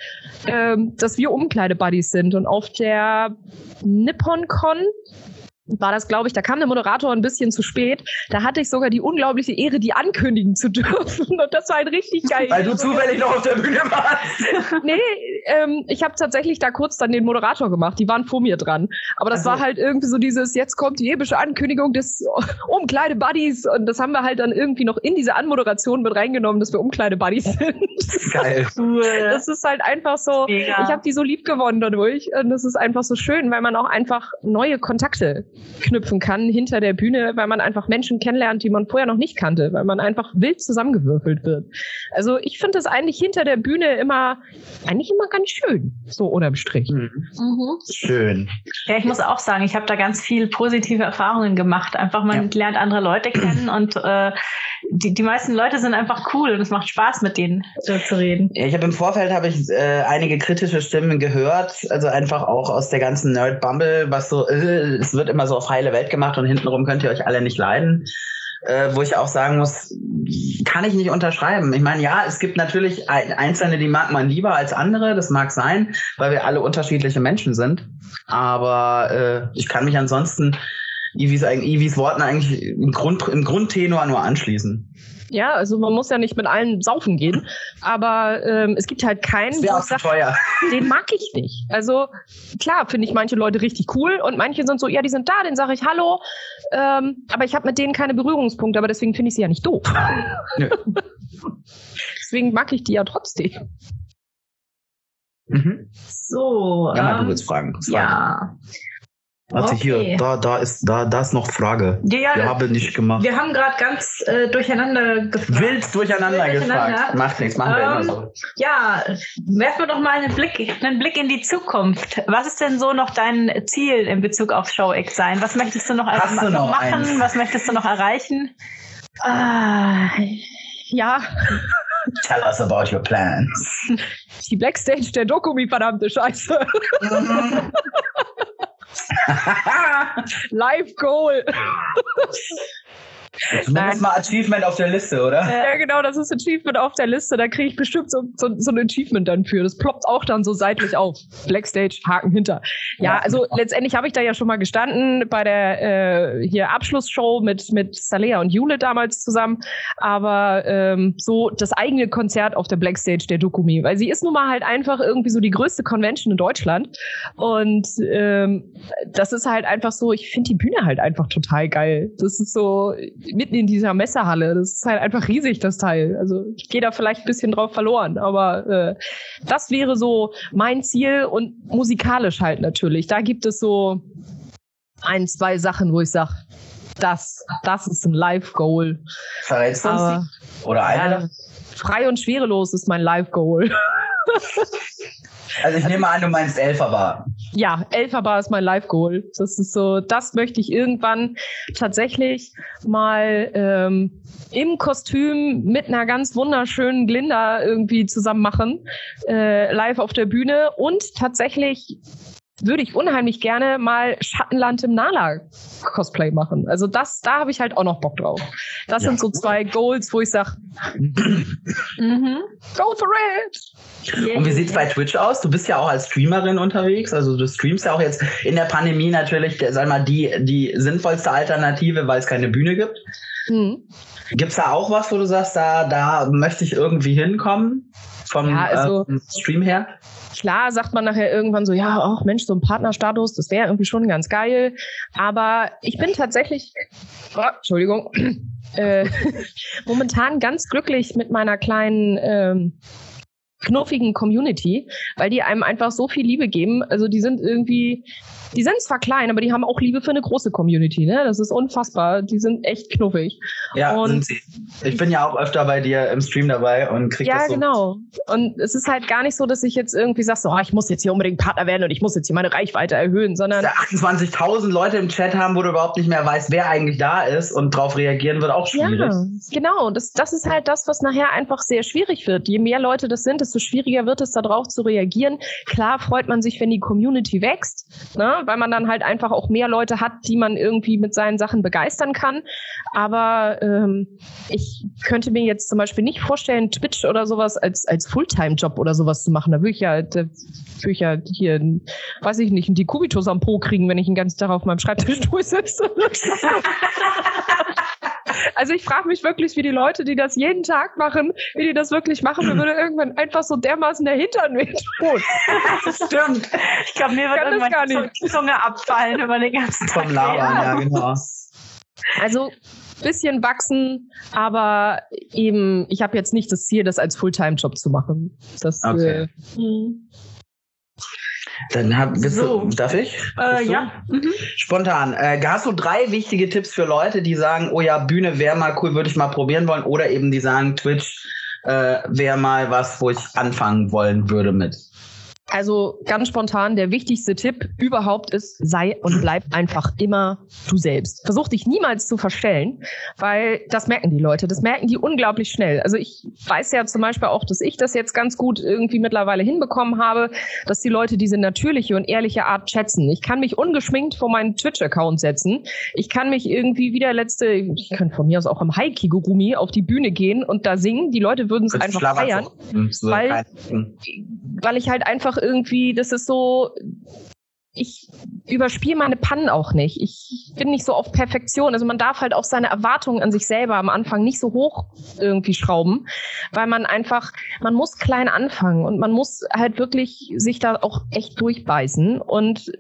S6: ähm, dass wir Umkleidebuddies sind. Und auf der Nippon-Con war das, glaube ich, da kam der Moderator ein bisschen zu spät. Da hatte ich sogar die unglaubliche Ehre, die ankündigen zu dürfen. [laughs] Und das war ein richtig geil.
S4: Weil du zufällig noch auf der Bühne warst.
S6: Nee, ähm, ich habe tatsächlich da kurz dann den Moderator gemacht. Die waren vor mir dran. Aber das
S4: Also-
S6: war halt irgendwie so dieses, jetzt kommt die epische Ankündigung des [laughs] Umkleide-Buddies. Und das haben wir halt dann irgendwie noch in diese Anmoderation mit reingenommen, dass wir Umkleide-Buddies [laughs] sind.
S4: Geil.
S9: Cool.
S6: Das ist halt einfach so,
S9: äh, Mega.
S6: ich habe die so lieb gewonnen dadurch. Und das ist einfach so schön, weil man auch einfach neue Kontakte knüpfen kann hinter der Bühne, weil man einfach Menschen kennenlernt, die man vorher noch nicht kannte, weil man einfach wild zusammengewürfelt wird. Also ich finde das eigentlich hinter der Bühne immer, eigentlich immer ganz schön, so unterm Strich.
S9: Mhm.
S4: Schön.
S9: Ja, ich muss auch sagen, ich habe da ganz viel positive Erfahrungen gemacht. Einfach man lernt andere Leute kennen und äh, die, die meisten Leute sind einfach cool und es macht Spaß, mit denen so zu reden.
S4: Ja, ich habe im Vorfeld habe ich äh, einige kritische Stimmen gehört, also einfach auch aus der ganzen Nerd Bumble, was so äh, es wird immer so auf heile Welt gemacht und hintenrum könnt ihr euch alle nicht leiden. Äh, wo ich auch sagen muss, kann ich nicht unterschreiben. Ich meine, ja, es gibt natürlich ein, Einzelne, die mag man lieber als andere, das mag sein, weil wir alle unterschiedliche Menschen sind. Aber äh, ich kann mich ansonsten Ivis, eig- Ivis Worten eigentlich im, Grund, im Grundtenor nur anschließen.
S6: Ja, also man muss ja nicht mit allen saufen gehen, aber ähm, es gibt halt keinen,
S4: Das
S6: wo
S4: wäre auch
S6: ich
S4: zu
S6: sag,
S4: teuer.
S6: den mag ich nicht. Also klar finde ich manche Leute richtig cool und manche sind so, ja, die sind da, den sage ich Hallo, ähm, aber ich habe mit denen keine Berührungspunkte, aber deswegen finde ich sie ja nicht doof.
S4: Nö.
S6: [laughs] deswegen mag ich die ja trotzdem.
S4: Mhm.
S9: So.
S4: Ja, mal
S9: ähm,
S4: du willst fragen. Frage.
S9: ja.
S4: Warte,
S9: Okay.
S4: hier, da, da ist, da, da ist noch Frage.
S9: Ja, ja,
S4: Wir haben nicht gemacht.
S9: wir haben gerade ganz äh, durcheinander gefragt.
S4: Wild durcheinander
S9: Wild durcheinander.
S4: gefragt. Macht nichts, machen wir
S9: Ähm,
S4: immer so.
S9: Ja, werfen wir doch mal einen Blick, einen Blick in die Zukunft. Was ist denn so noch dein Ziel in Bezug auf ShowX sein? Was möchtest du noch,
S4: Hast
S9: ma-
S4: du noch
S9: machen?
S4: eins?
S9: Was möchtest du noch erreichen?
S6: Ah, ja,
S4: Tell us about your plans.
S6: die Blackstage der Dokumi, verdammte Scheiße. Live Goal.
S4: Zumindest mal Achievement auf der Liste, oder?
S6: Ja, genau, das ist Achievement auf der Liste. Da kriege ich bestimmt so, so, so ein Achievement dann für. Das ploppt auch dann so seitlich auf. Blackstage, Haken hinter. Ja,
S4: Ja.
S6: also letztendlich habe ich da ja schon mal gestanden bei der äh, hier Abschlussshow mit, mit Salea und Jule damals zusammen. Aber ähm, so das eigene Konzert auf der Blackstage der Dokumi. Weil sie ist nun mal halt einfach irgendwie so die größte Convention in Deutschland. Und ähm, das ist halt einfach so, ich finde die Bühne halt einfach total geil. Das ist so mitten in dieser Messehalle. Das ist halt einfach riesig, das Teil. Also ich gehe da vielleicht ein bisschen drauf verloren, aber äh, das wäre so mein Ziel und musikalisch halt natürlich. Da gibt es so ein, zwei Sachen, wo ich sage, das, das ist ein Live-Goal.
S4: Verrätst du
S6: Aber
S4: uns? die? Oder
S6: ja,
S4: eine?
S6: frei und schwerelos ist mein Live-Goal.
S4: Also ich nehme an, du meinst Elferbar.
S6: Ja, Elphaba ist mein Live-Goal. Das ist so, das möchte ich irgendwann tatsächlich mal ähm, im Kostüm mit einer ganz wunderschönen Glinda irgendwie zusammen machen, äh, live auf der Bühne. Und tatsächlich würde ich unheimlich gerne mal Schattenland im Nala-Cosplay machen. Also das, da habe ich halt auch noch Bock drauf. Das sind so zwei Goals, wo ich sage, [clears throat]
S9: Mhm.
S6: go for it!
S4: Und wie sieht's bei Twitch aus? Du bist ja auch als Streamerin unterwegs, also du streamst ja auch jetzt in der Pandemie natürlich, der- sag mal, die, die sinnvollste Alternative, weil es keine Bühne gibt.
S6: Hm.
S4: Gibt's da auch was, wo du sagst, da, da möchte ich irgendwie hinkommen? Vom
S6: Ja, also-
S4: ähm, Stream her?
S6: Klar sagt man nachher irgendwann so, ja, ach Mensch, so ein Partnerstatus, das wäre irgendwie schon ganz geil. Aber ich bin tatsächlich, oh, Entschuldigung, [clears throat] äh, [laughs] momentan ganz glücklich mit meiner kleinen ähm, knuffigen Community, weil die einem einfach so viel Liebe geben. Also die sind irgendwie, die sind zwar klein, aber die haben auch Liebe für eine große Community. Ne? Das ist unfassbar. Die sind echt knuffig.
S4: Ja, sind
S6: Und-
S4: sie. Ich bin ja auch öfter bei dir im Stream dabei und krieg
S6: Ja,
S4: das so.
S6: genau. Und es ist halt gar nicht so, dass ich jetzt irgendwie sag, so, ah, ich muss jetzt hier unbedingt Partner werden und ich muss jetzt hier meine Reichweite erhöhen,
S4: Dass
S6: sondern
S4: wir 28.000 Leute im Chat haben, wo du überhaupt nicht mehr weißt, wer eigentlich da ist und drauf reagieren wird auch schwierig.
S6: Ja, genau. Das, das ist halt das, was nachher einfach sehr schwierig wird. Je mehr Leute das sind, desto schwieriger wird es, darauf zu reagieren. Klar freut man sich, wenn die Community wächst, ne? ne? weil man dann halt einfach auch mehr Leute hat, die man irgendwie mit seinen Sachen begeistern kann. Aber ähm, ich könnte mir jetzt zum Beispiel nicht vorstellen, Twitch oder sowas als, als Fulltime-Job oder sowas zu machen. Da würde ich ja, da würde ich ja hier, einen- weiß ich nicht, einen Dekubitus am Po kriegen, wenn ich den ganzen Tag auf meinem Schreibtisch [laughs] durchsitze. Also ich frage mich wirklich, wie die Leute, die das jeden Tag machen, wie die das wirklich machen, mir würde irgendwann einfach so dermaßen der Hintern wehtun.
S4: Stimmt.
S9: [laughs] Ich glaube, mir wird
S6: Kann das gar
S9: irgendwann die
S6: nicht.
S9: Zunge- Zunge abfallen über den ganzen Tag.
S4: Vom Labern, ja, genau.
S6: Also bisschen wachsen, aber eben, ich habe jetzt nicht das Ziel, das als Fulltime-Job zu machen. Das,
S4: Okay.
S6: äh,
S4: Dann hab, bist
S9: So.
S4: du, darf ich? [laughs]
S9: Äh,
S4: Bist du?
S9: ja. Mhm.
S4: Spontan. Äh, hast du drei wichtige Tipps für Leute, die sagen, oh ja, Bühne wäre mal cool, würde ich mal probieren wollen? Oder eben die sagen, Twitch äh, wäre mal was, wo ich anfangen wollen würde mit.
S6: also ganz spontan, der wichtigste Tipp überhaupt ist, sei und bleib einfach immer du selbst. Versuch dich niemals zu verstellen, weil das merken die Leute, das merken die unglaublich schnell. Also ich weiß ja zum Beispiel auch, dass ich das jetzt ganz gut irgendwie mittlerweile hinbekommen habe, dass die Leute diese natürliche und ehrliche Art schätzen. Ich kann mich ungeschminkt vor meinen Twitch-Account setzen. Ich kann mich irgendwie wieder letzte, ich kann von mir aus auch im Haikigurumi auf die Bühne gehen und da singen. Die Leute würden es
S4: Mit
S6: einfach
S4: Schlabberzocken.
S6: feiern
S4: So
S6: weil-
S4: kein-
S6: weil ich halt einfach irgendwie, das ist so, ich überspiele meine Pannen auch nicht. Ich bin nicht so auf Perfektion. Also man darf halt auch seine Erwartungen an sich selber am Anfang nicht so hoch irgendwie schrauben, weil man einfach, man muss klein anfangen und man muss halt wirklich sich da auch echt durchbeißen. Und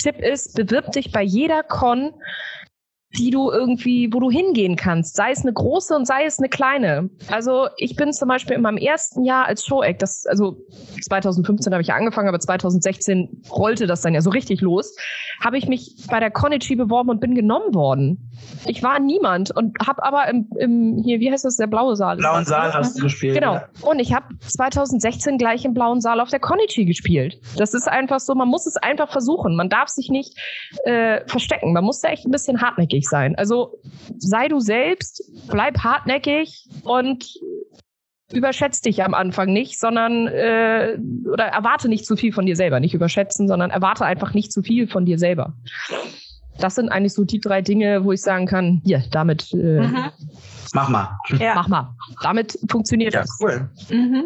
S6: Tipp ist, bewirb dich bei jeder Con, die du irgendwie, wo du hingehen kannst, sei es eine große und sei es eine kleine. Also ich bin zum Beispiel in meinem ersten Jahr als Showact, das, also 2015 habe ich ja angefangen, aber 2016 rollte das dann ja so richtig los, habe ich mich bei der Konichi beworben und bin genommen worden. Ich war niemand und habe aber im, im, hier, wie heißt das, der blaue Saal?
S4: Blauen Saal hast du gespielt.
S6: Genau.
S4: ja.
S6: Und ich habe 2016 gleich im blauen Saal auf der Konichi gespielt. Das ist einfach so, man muss es einfach versuchen. Man darf sich nicht äh, verstecken. Man muss da echt ein bisschen hartnäckig sein. Also sei du selbst, bleib hartnäckig und überschätz dich am Anfang nicht, sondern äh, oder erwarte nicht zu viel von dir selber. Nicht überschätzen, sondern erwarte einfach nicht zu viel von dir selber. Das sind eigentlich so die drei Dinge, wo ich sagen kann, hier, damit äh,
S9: Mhm.
S4: Mach mal.
S9: Ja.
S6: mach mal. Damit funktioniert
S4: Ja,
S6: das.
S4: cool.
S9: Mhm.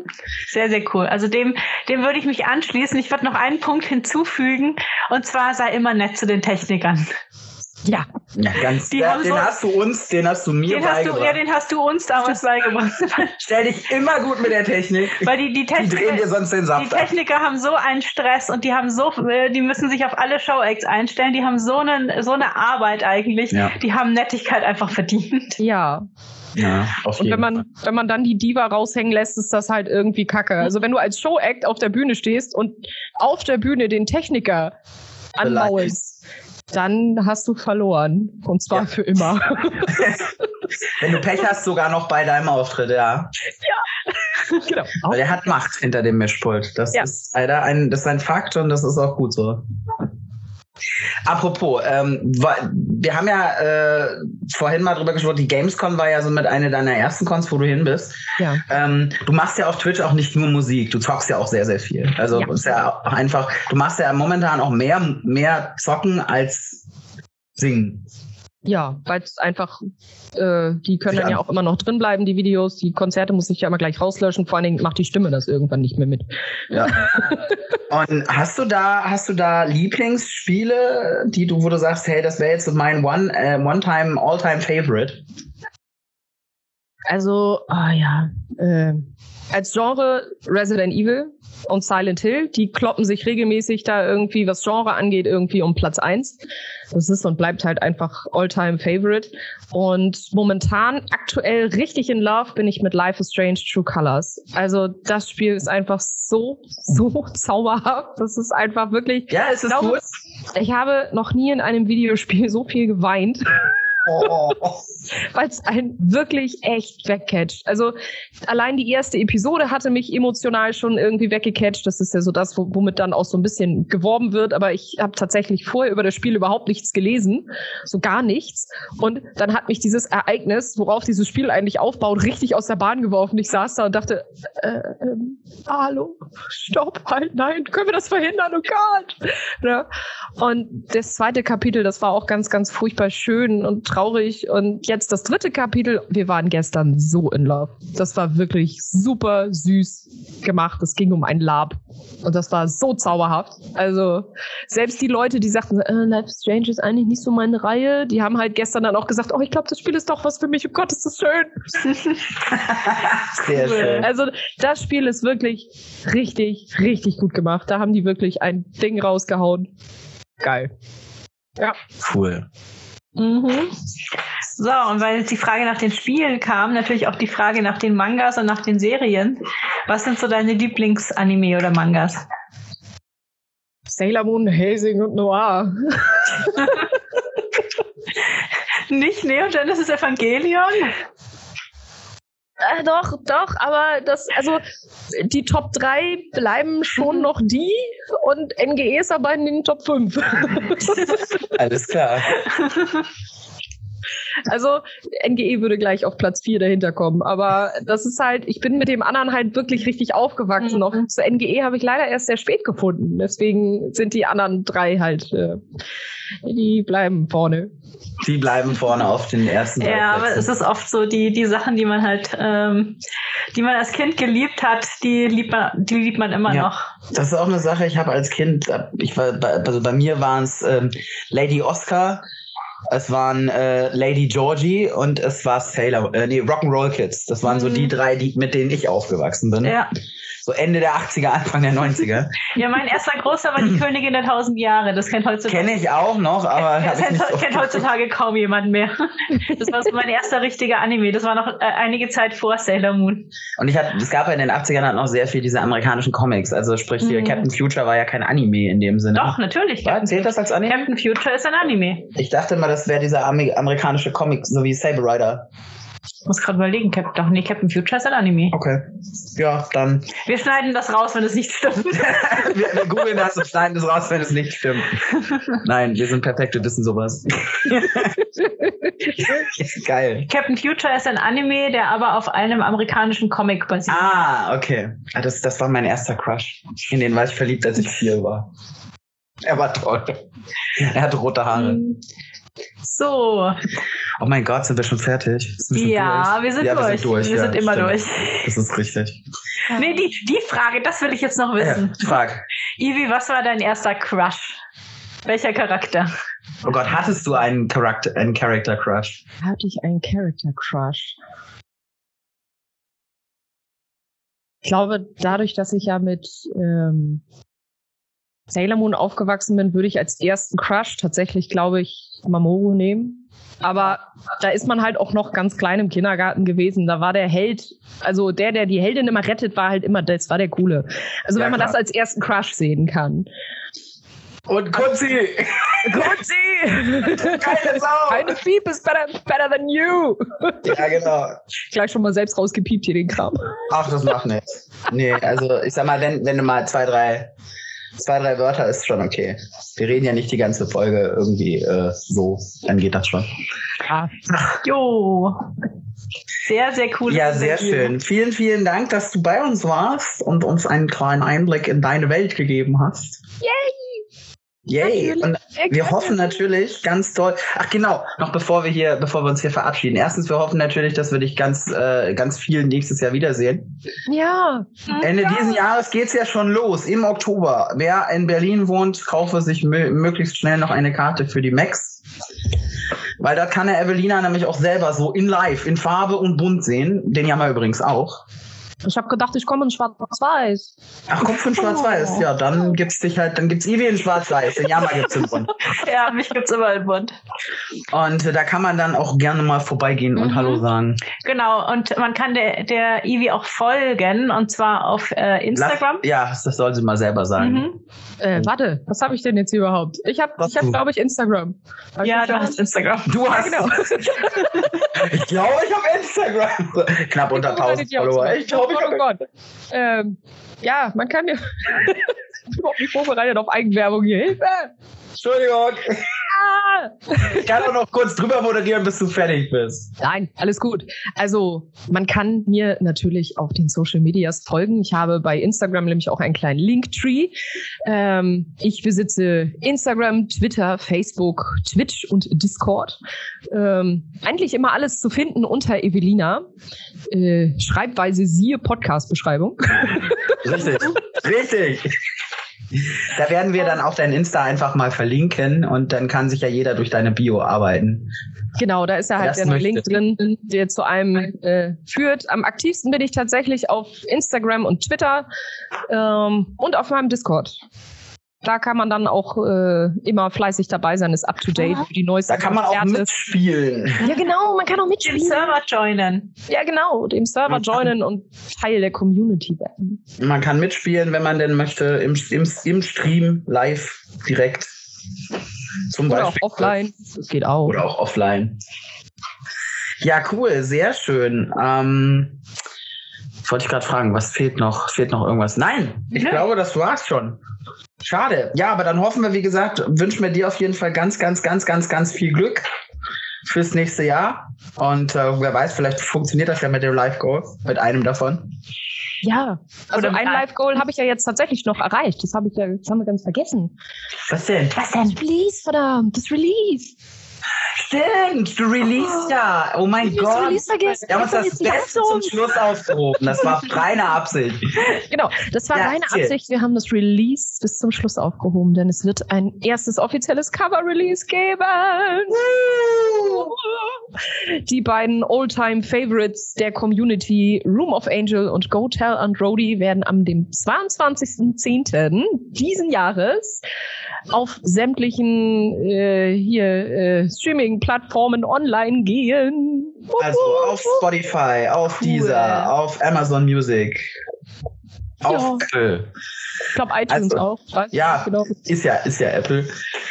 S9: Sehr, sehr cool. Also dem, dem würde ich mich anschließen. Ich würde noch einen Punkt hinzufügen. Und zwar sei immer nett zu den Technikern.
S6: Ja,
S4: Ja, ganz,
S9: Die
S4: ja,
S9: haben
S4: den
S9: so-
S4: hast du uns, den hast du mir
S9: Den hast, du,
S4: beigebracht.
S9: ja, den hast du
S4: [laughs]
S9: uns damals beigebracht.
S4: Stell dich immer gut mit der Technik.
S9: Weil die,
S4: Die
S9: die
S4: drehen dir
S9: Techniker,
S4: sonst den
S9: die
S4: Saft ab.
S9: Techniker haben so einen Stress und die haben so, äh, die müssen sich auf alle Showacts einstellen. Die haben so eine, so eine Arbeit eigentlich.
S4: Ja.
S9: Die haben Nettigkeit einfach verdient. [laughs]
S6: ja.
S4: Ja, auf
S6: Und wenn man, wenn man dann die Diva raushängen lässt, ist das halt irgendwie kacke. Also wenn du als Showact auf der Bühne stehst und auf der Bühne den Techniker anmaulst, dann hast du verloren. Und zwar
S4: Ja.
S6: für immer.
S4: [laughs] Wenn du Pech hast, sogar noch bei deinem Auftritt, ja.
S6: genau.
S4: Weil der hat Macht hinter dem Mischpult. Das
S6: Ja.
S4: ist leider ein, das ist ein Fakt und das ist auch gut so. Apropos, ähm, wa- wir haben ja äh, vorhin mal drüber gesprochen, die Gamescom war ja so mit einer deiner ersten Cons, wo du hin bist.
S6: Ja.
S4: Ähm, du machst ja auf Twitch auch nicht nur Musik, du zockst ja auch sehr, sehr viel. Also
S6: Ja.
S4: ist ja auch einfach, du machst ja momentan auch mehr, mehr zocken als singen.
S6: Ja, weil es einfach, äh, die können
S4: Sich
S6: dann ja
S4: an-
S6: auch immer noch drin bleiben, die Videos, die Konzerte muss ich ja immer gleich rauslöschen, vor allen Dingen macht die Stimme das irgendwann nicht mehr mit.
S4: Und hast du da, hast du da Lieblingsspiele, die du, wo du sagst, hey, das wäre jetzt so mein One, äh, One-Time, All-Time-Favorite?
S6: Also, ah ja, äh, als Genre Resident Evil und Silent Hill, die kloppen sich regelmäßig da irgendwie, was Genre angeht, irgendwie um Platz eins. Das ist und bleibt halt einfach all-time favorite. Und momentan, aktuell richtig in Love bin ich mit Life is Strange True Colors. Also das Spiel ist einfach so, [laughs] so zauberhaft. Das ist einfach wirklich,
S4: Ja, es ist
S6: glaube,
S4: gut.
S6: ich habe noch nie in einem Videospiel so viel geweint
S4: [laughs] Oh.
S6: weil es einen wirklich echt wegcatcht. Also allein die erste Episode hatte mich emotional schon irgendwie weggecatcht. Das ist ja so das, wo- womit dann auch so ein bisschen geworben wird. Aber ich habe tatsächlich vorher über das Spiel überhaupt nichts gelesen, so gar nichts. Und dann hat mich dieses Ereignis, worauf dieses Spiel eigentlich aufbaut, richtig aus der Bahn geworfen. Ich saß da und dachte, äh, ähm, hallo, stopp, halt, nein, können wir das verhindern? Oh Gott. Ne? Und das zweite Kapitel, das war auch ganz, ganz furchtbar schön und traurig. Und jetzt das dritte Kapitel, wir waren gestern so in Love. Das war wirklich super süß gemacht. Es ging um ein Lab. Und das war so zauberhaft. Also selbst die Leute, die sagten, äh, Life is Strange ist eigentlich nicht so meine Reihe, die haben halt gestern dann auch gesagt, oh, ich glaube, das Spiel ist doch was für mich. Oh Gott, ist das schön.
S4: Sehr schön.
S6: Also das Spiel ist wirklich richtig, richtig gut gemacht. Da haben die wirklich ein Ding rausgehauen. Geil.
S10: Cool.
S6: Mhm.
S9: So, und weil jetzt die Frage nach den Spielen kam, natürlich auch die Frage nach den Mangas und nach den Serien. Was sind so deine Lieblingsanime oder Mangas?
S6: Sailor Moon, Helsing und Noir.
S9: Nicht Neo Genesis Evangelion?
S6: Äh, doch, doch, aber das, also die Top 3 bleiben schon noch die und NGE ist aber in den Top [laughs] 5.
S10: Alles klar.
S6: also NGE würde gleich auf Platz 4 dahinter kommen, aber das ist halt, ich bin mit dem anderen halt wirklich richtig aufgewachsen.
S9: Mhm.
S6: Auf, zu NGE habe ich leider erst sehr spät gefunden, deswegen sind die anderen drei halt, äh, die bleiben vorne.
S4: Die bleiben vorne auf den ersten drei
S9: Ja, aber
S4: Plätzen.
S9: es ist oft so, die, die Sachen, die man halt, ähm, die man als Kind geliebt hat, die liebt man, die liebt man immer
S4: Ja.
S9: noch.
S4: Das ist auch eine Sache, ich habe als Kind, ich war, bei- also bei mir waren es ähm, Lady Oscar, es waren äh, Lady Georgie und es war Sailor, äh, nee, Rock'n'Roll Kids. Das waren so
S9: Mhm.
S4: die drei, die, mit denen ich aufgewachsen bin.
S9: Ja.
S4: So Ende der 80er, Anfang der 90er.
S9: ja, mein erster großer war die Königin der tausend Jahre. Das kennt heutzutage,
S4: Kenne ich auch noch,
S9: [laughs]
S4: aber hab
S9: das
S4: ich
S9: kennt,
S4: nicht so
S9: kennt heutzutage kaum jemand mehr. Das war so mein erster richtiger Anime. Das war noch äh, einige Zeit vor Sailor Moon.
S4: Und ich hatte, es gab ja in den 80ern halt noch sehr viel diese amerikanischen Comics. Also sprich, hier
S9: Mhm.
S4: Captain Future war ja kein Anime in dem Sinne.
S9: Doch, natürlich.
S4: Ja, zählt das als Anime?
S9: Captain Future ist ein Anime.
S4: Ich dachte mal, das wäre dieser Ami- amerikanische Comic, so wie Saber Rider.
S9: Ich muss gerade überlegen, Cap doch, nee, Captain Future ist ein Anime.
S4: Okay. Ja, dann
S9: Wir schneiden das raus, wenn es
S4: [laughs]
S9: nicht
S4: wir,
S9: stimmt.
S4: wir googeln das und schneiden das raus, wenn es nicht
S9: [laughs]
S4: stimmt. Nein, wir sind perfekt, wir wissen sowas. [laughs] Geil.
S9: Captain Future ist ein Anime, der aber auf einem amerikanischen Comic basiert.
S4: Ah, okay. Ah, Das, das war mein erster Crush. In den war ich verliebt, als ich vier war. Er war toll. Er hat rote Haare.
S9: Mhm. So,
S4: Oh mein Gott, sind wir schon fertig? Sind schon
S9: ja,
S4: durch?
S9: wir sind
S4: Ja,
S9: durch.
S4: wir sind durch. ja,
S9: immer
S4: stimmt.
S9: durch.
S4: Das ist richtig.
S9: Nee, die, die Frage, das will ich jetzt noch
S4: Ja,
S9: wissen.
S4: frag.
S9: Ivi, was war dein erster Crush? Welcher Charakter?
S4: Oh Gott, hattest du einen Charakter, einen Character Crush?
S6: Hatte ich einen Character Crush? Ich glaube, dadurch, dass ich ja mit ähm, Sailor Moon aufgewachsen bin, würde ich als ersten Crush tatsächlich, glaube ich, Mamoru nehmen. Aber da ist man halt auch noch ganz klein im Kindergarten gewesen. Da war der Held, also der, der die Heldin immer rettet, war halt immer, das war der Coole. Also
S4: Ja,
S6: wenn man
S4: klar.
S6: das als ersten Crush sehen kann.
S4: Und Kutzi!
S6: Gotzi!
S4: Keine Sau!
S6: Keine Piep is better, better than you!
S4: Ja, genau.
S6: Gleich schon mal selbst rausgepiept hier den Kram.
S4: Ach, das macht nichts. Nee, also ich sag mal, wenn, wenn du mal zwei, drei, zwei, drei Wörter ist schon okay. Wir reden ja nicht die ganze Folge irgendwie äh, so, dann geht das schon.
S9: Jo. Sehr, sehr cool.
S4: Ja, sehr schön. Vielen, vielen Dank, dass du bei uns warst und uns einen kleinen Einblick in deine Welt gegeben hast. Yay! Yay! Und wir hoffen natürlich ganz toll. Ach genau, noch bevor wir hier, bevor wir uns hier verabschieden. Erstens, wir hoffen natürlich, dass wir dich ganz, äh, ganz viel nächstes Jahr wiedersehen.
S6: Ja.
S4: Ende diesen Jahres geht's ja schon los, im Oktober. Wer in Berlin wohnt, kaufe sich mö- möglichst schnell noch eine Karte für die Max. Weil da kann der Evelina nämlich auch selber so in live, in Farbe und bunt sehen. Den Jammer übrigens auch.
S6: Ich habe gedacht, ich komme in Schwarz-Weiß.
S4: Ach, Kopf in Schwarz-Weiß. Ja, dann gibt's dich halt, dann gibt's Ivi in Schwarz-Weiß. Den Yama gibt's in Bund.
S9: Ja, mich gibt's immer im Bund.
S4: Und äh, da kann man dann auch gerne mal vorbeigehen und
S9: Mhm.
S4: Hallo sagen.
S9: Genau, und man kann der, der Ivi auch folgen, und zwar auf äh, Instagram.
S4: Lass- Ja, das soll sie mal selber sagen.
S9: Mhm.
S6: Äh, warte, was habe ich denn jetzt hier überhaupt? Ich habe,
S4: Was
S6: ich hab,
S4: du?
S6: glaube ich, Instagram. Hab ich
S9: Ja,
S6: nicht
S9: du
S6: gemacht? [laughs]
S9: hast Instagram. Genau.
S4: Du hast.
S6: genau.
S4: ich glaube, ich habe Instagram. Knapp
S6: [laughs]
S4: unter
S6: Ich gucke meine
S4: 1000 Follower.
S6: Jobs.
S4: Ich glaube, ich
S6: oh
S4: habe.
S6: Gott. Ähm, ja, man kann ja. [laughs] ich bin überhaupt nicht vorbereitet auf Eigenwerbung hier. Hilfe!
S4: Entschuldigung.
S6: Ah!
S4: Ich kann auch noch kurz drüber moderieren, bis du fertig bist.
S6: Nein, alles gut. Also, man kann mir natürlich auf den Social Medias folgen. Ich habe bei Instagram nämlich auch einen kleinen Linktree. Ähm, ich besitze Instagram, Twitter, Facebook, Twitch und Discord. Ähm, eigentlich immer alles zu finden unter Evelina. Äh, Schreibweise siehe Podcast-Beschreibung.
S4: [laughs] Richtig. Richtig. Da werden wir dann auch dein Insta einfach mal verlinken und dann kann sich ja jeder durch deine Bio arbeiten.
S6: Genau, da ist ja halt
S4: Das
S6: der neue Link
S4: möchte.
S6: drin, der zu einem äh, führt. Am aktivsten bin ich tatsächlich auf Instagram und Twitter ähm, und auf meinem Discord. Da kann man dann auch äh, immer fleißig dabei sein, ist up to date für die neuesten
S4: Da kann man auch
S6: Konzerte.
S4: mitspielen.
S6: Ja, genau, man kann auch
S9: Im
S6: mitspielen.
S9: Server joinen.
S6: Ja, genau, dem Server
S4: Man kann-
S6: joinen und Teil der Community werden.
S4: Man kann mitspielen, wenn man denn möchte, im, im, im Stream live direkt. Zum
S6: Oder auch
S4: Beispiel.
S6: offline. Das geht auch.
S4: Oder auch offline. Ja, cool, sehr schön. Ähm, wollte ich gerade fragen, was fehlt noch? Fehlt noch irgendwas? Nein, ich
S9: Nö.
S4: glaube, das war's schon. Schade. Ja, aber dann hoffen wir, wie gesagt, wünschen wir dir auf jeden Fall ganz, ganz, ganz, ganz, ganz viel Glück fürs nächste Jahr. Und äh, wer weiß, vielleicht funktioniert das ja mit dem Live-Goal, mit einem davon.
S6: Ja, also
S9: Oder mit
S6: ein
S9: einem-
S6: Live-Goal habe ich ja jetzt tatsächlich noch erreicht. Das, hab ich ja, das haben wir ganz vergessen.
S4: Was denn?
S6: Was denn? Das Release, verdammt, das Release.
S4: Stimmt, du released ja. Oh mein
S6: Ich hab's
S4: Gott.
S6: Release vergessen.
S4: Wir haben uns
S6: Ich hab
S4: das
S6: jetzt nicht
S4: Beste zum Schluss aufgehoben. Das war reine Absicht.
S6: Genau, das war
S4: Ja,
S6: meine
S4: erzähl.
S6: Absicht. Wir haben das Release bis zum Schluss aufgehoben, denn es wird ein erstes offizielles Cover-Release geben. Die beiden Oldtime-Favorites der Community Room of Angel und Go Tell and Rody werden am dem 22.10. diesen Jahres auf sämtlichen äh, hier äh, Streaming-Plattformen online gehen.
S4: Also auf Spotify, auf
S6: Cool.
S4: Deezer, auf Amazon Music, auf
S6: Ja.
S4: Apple.
S6: Ich glaube iTunes
S4: also,
S6: auch. Weiß
S4: ja.
S6: nicht Genau.
S4: Ist ja, ist ja Apple.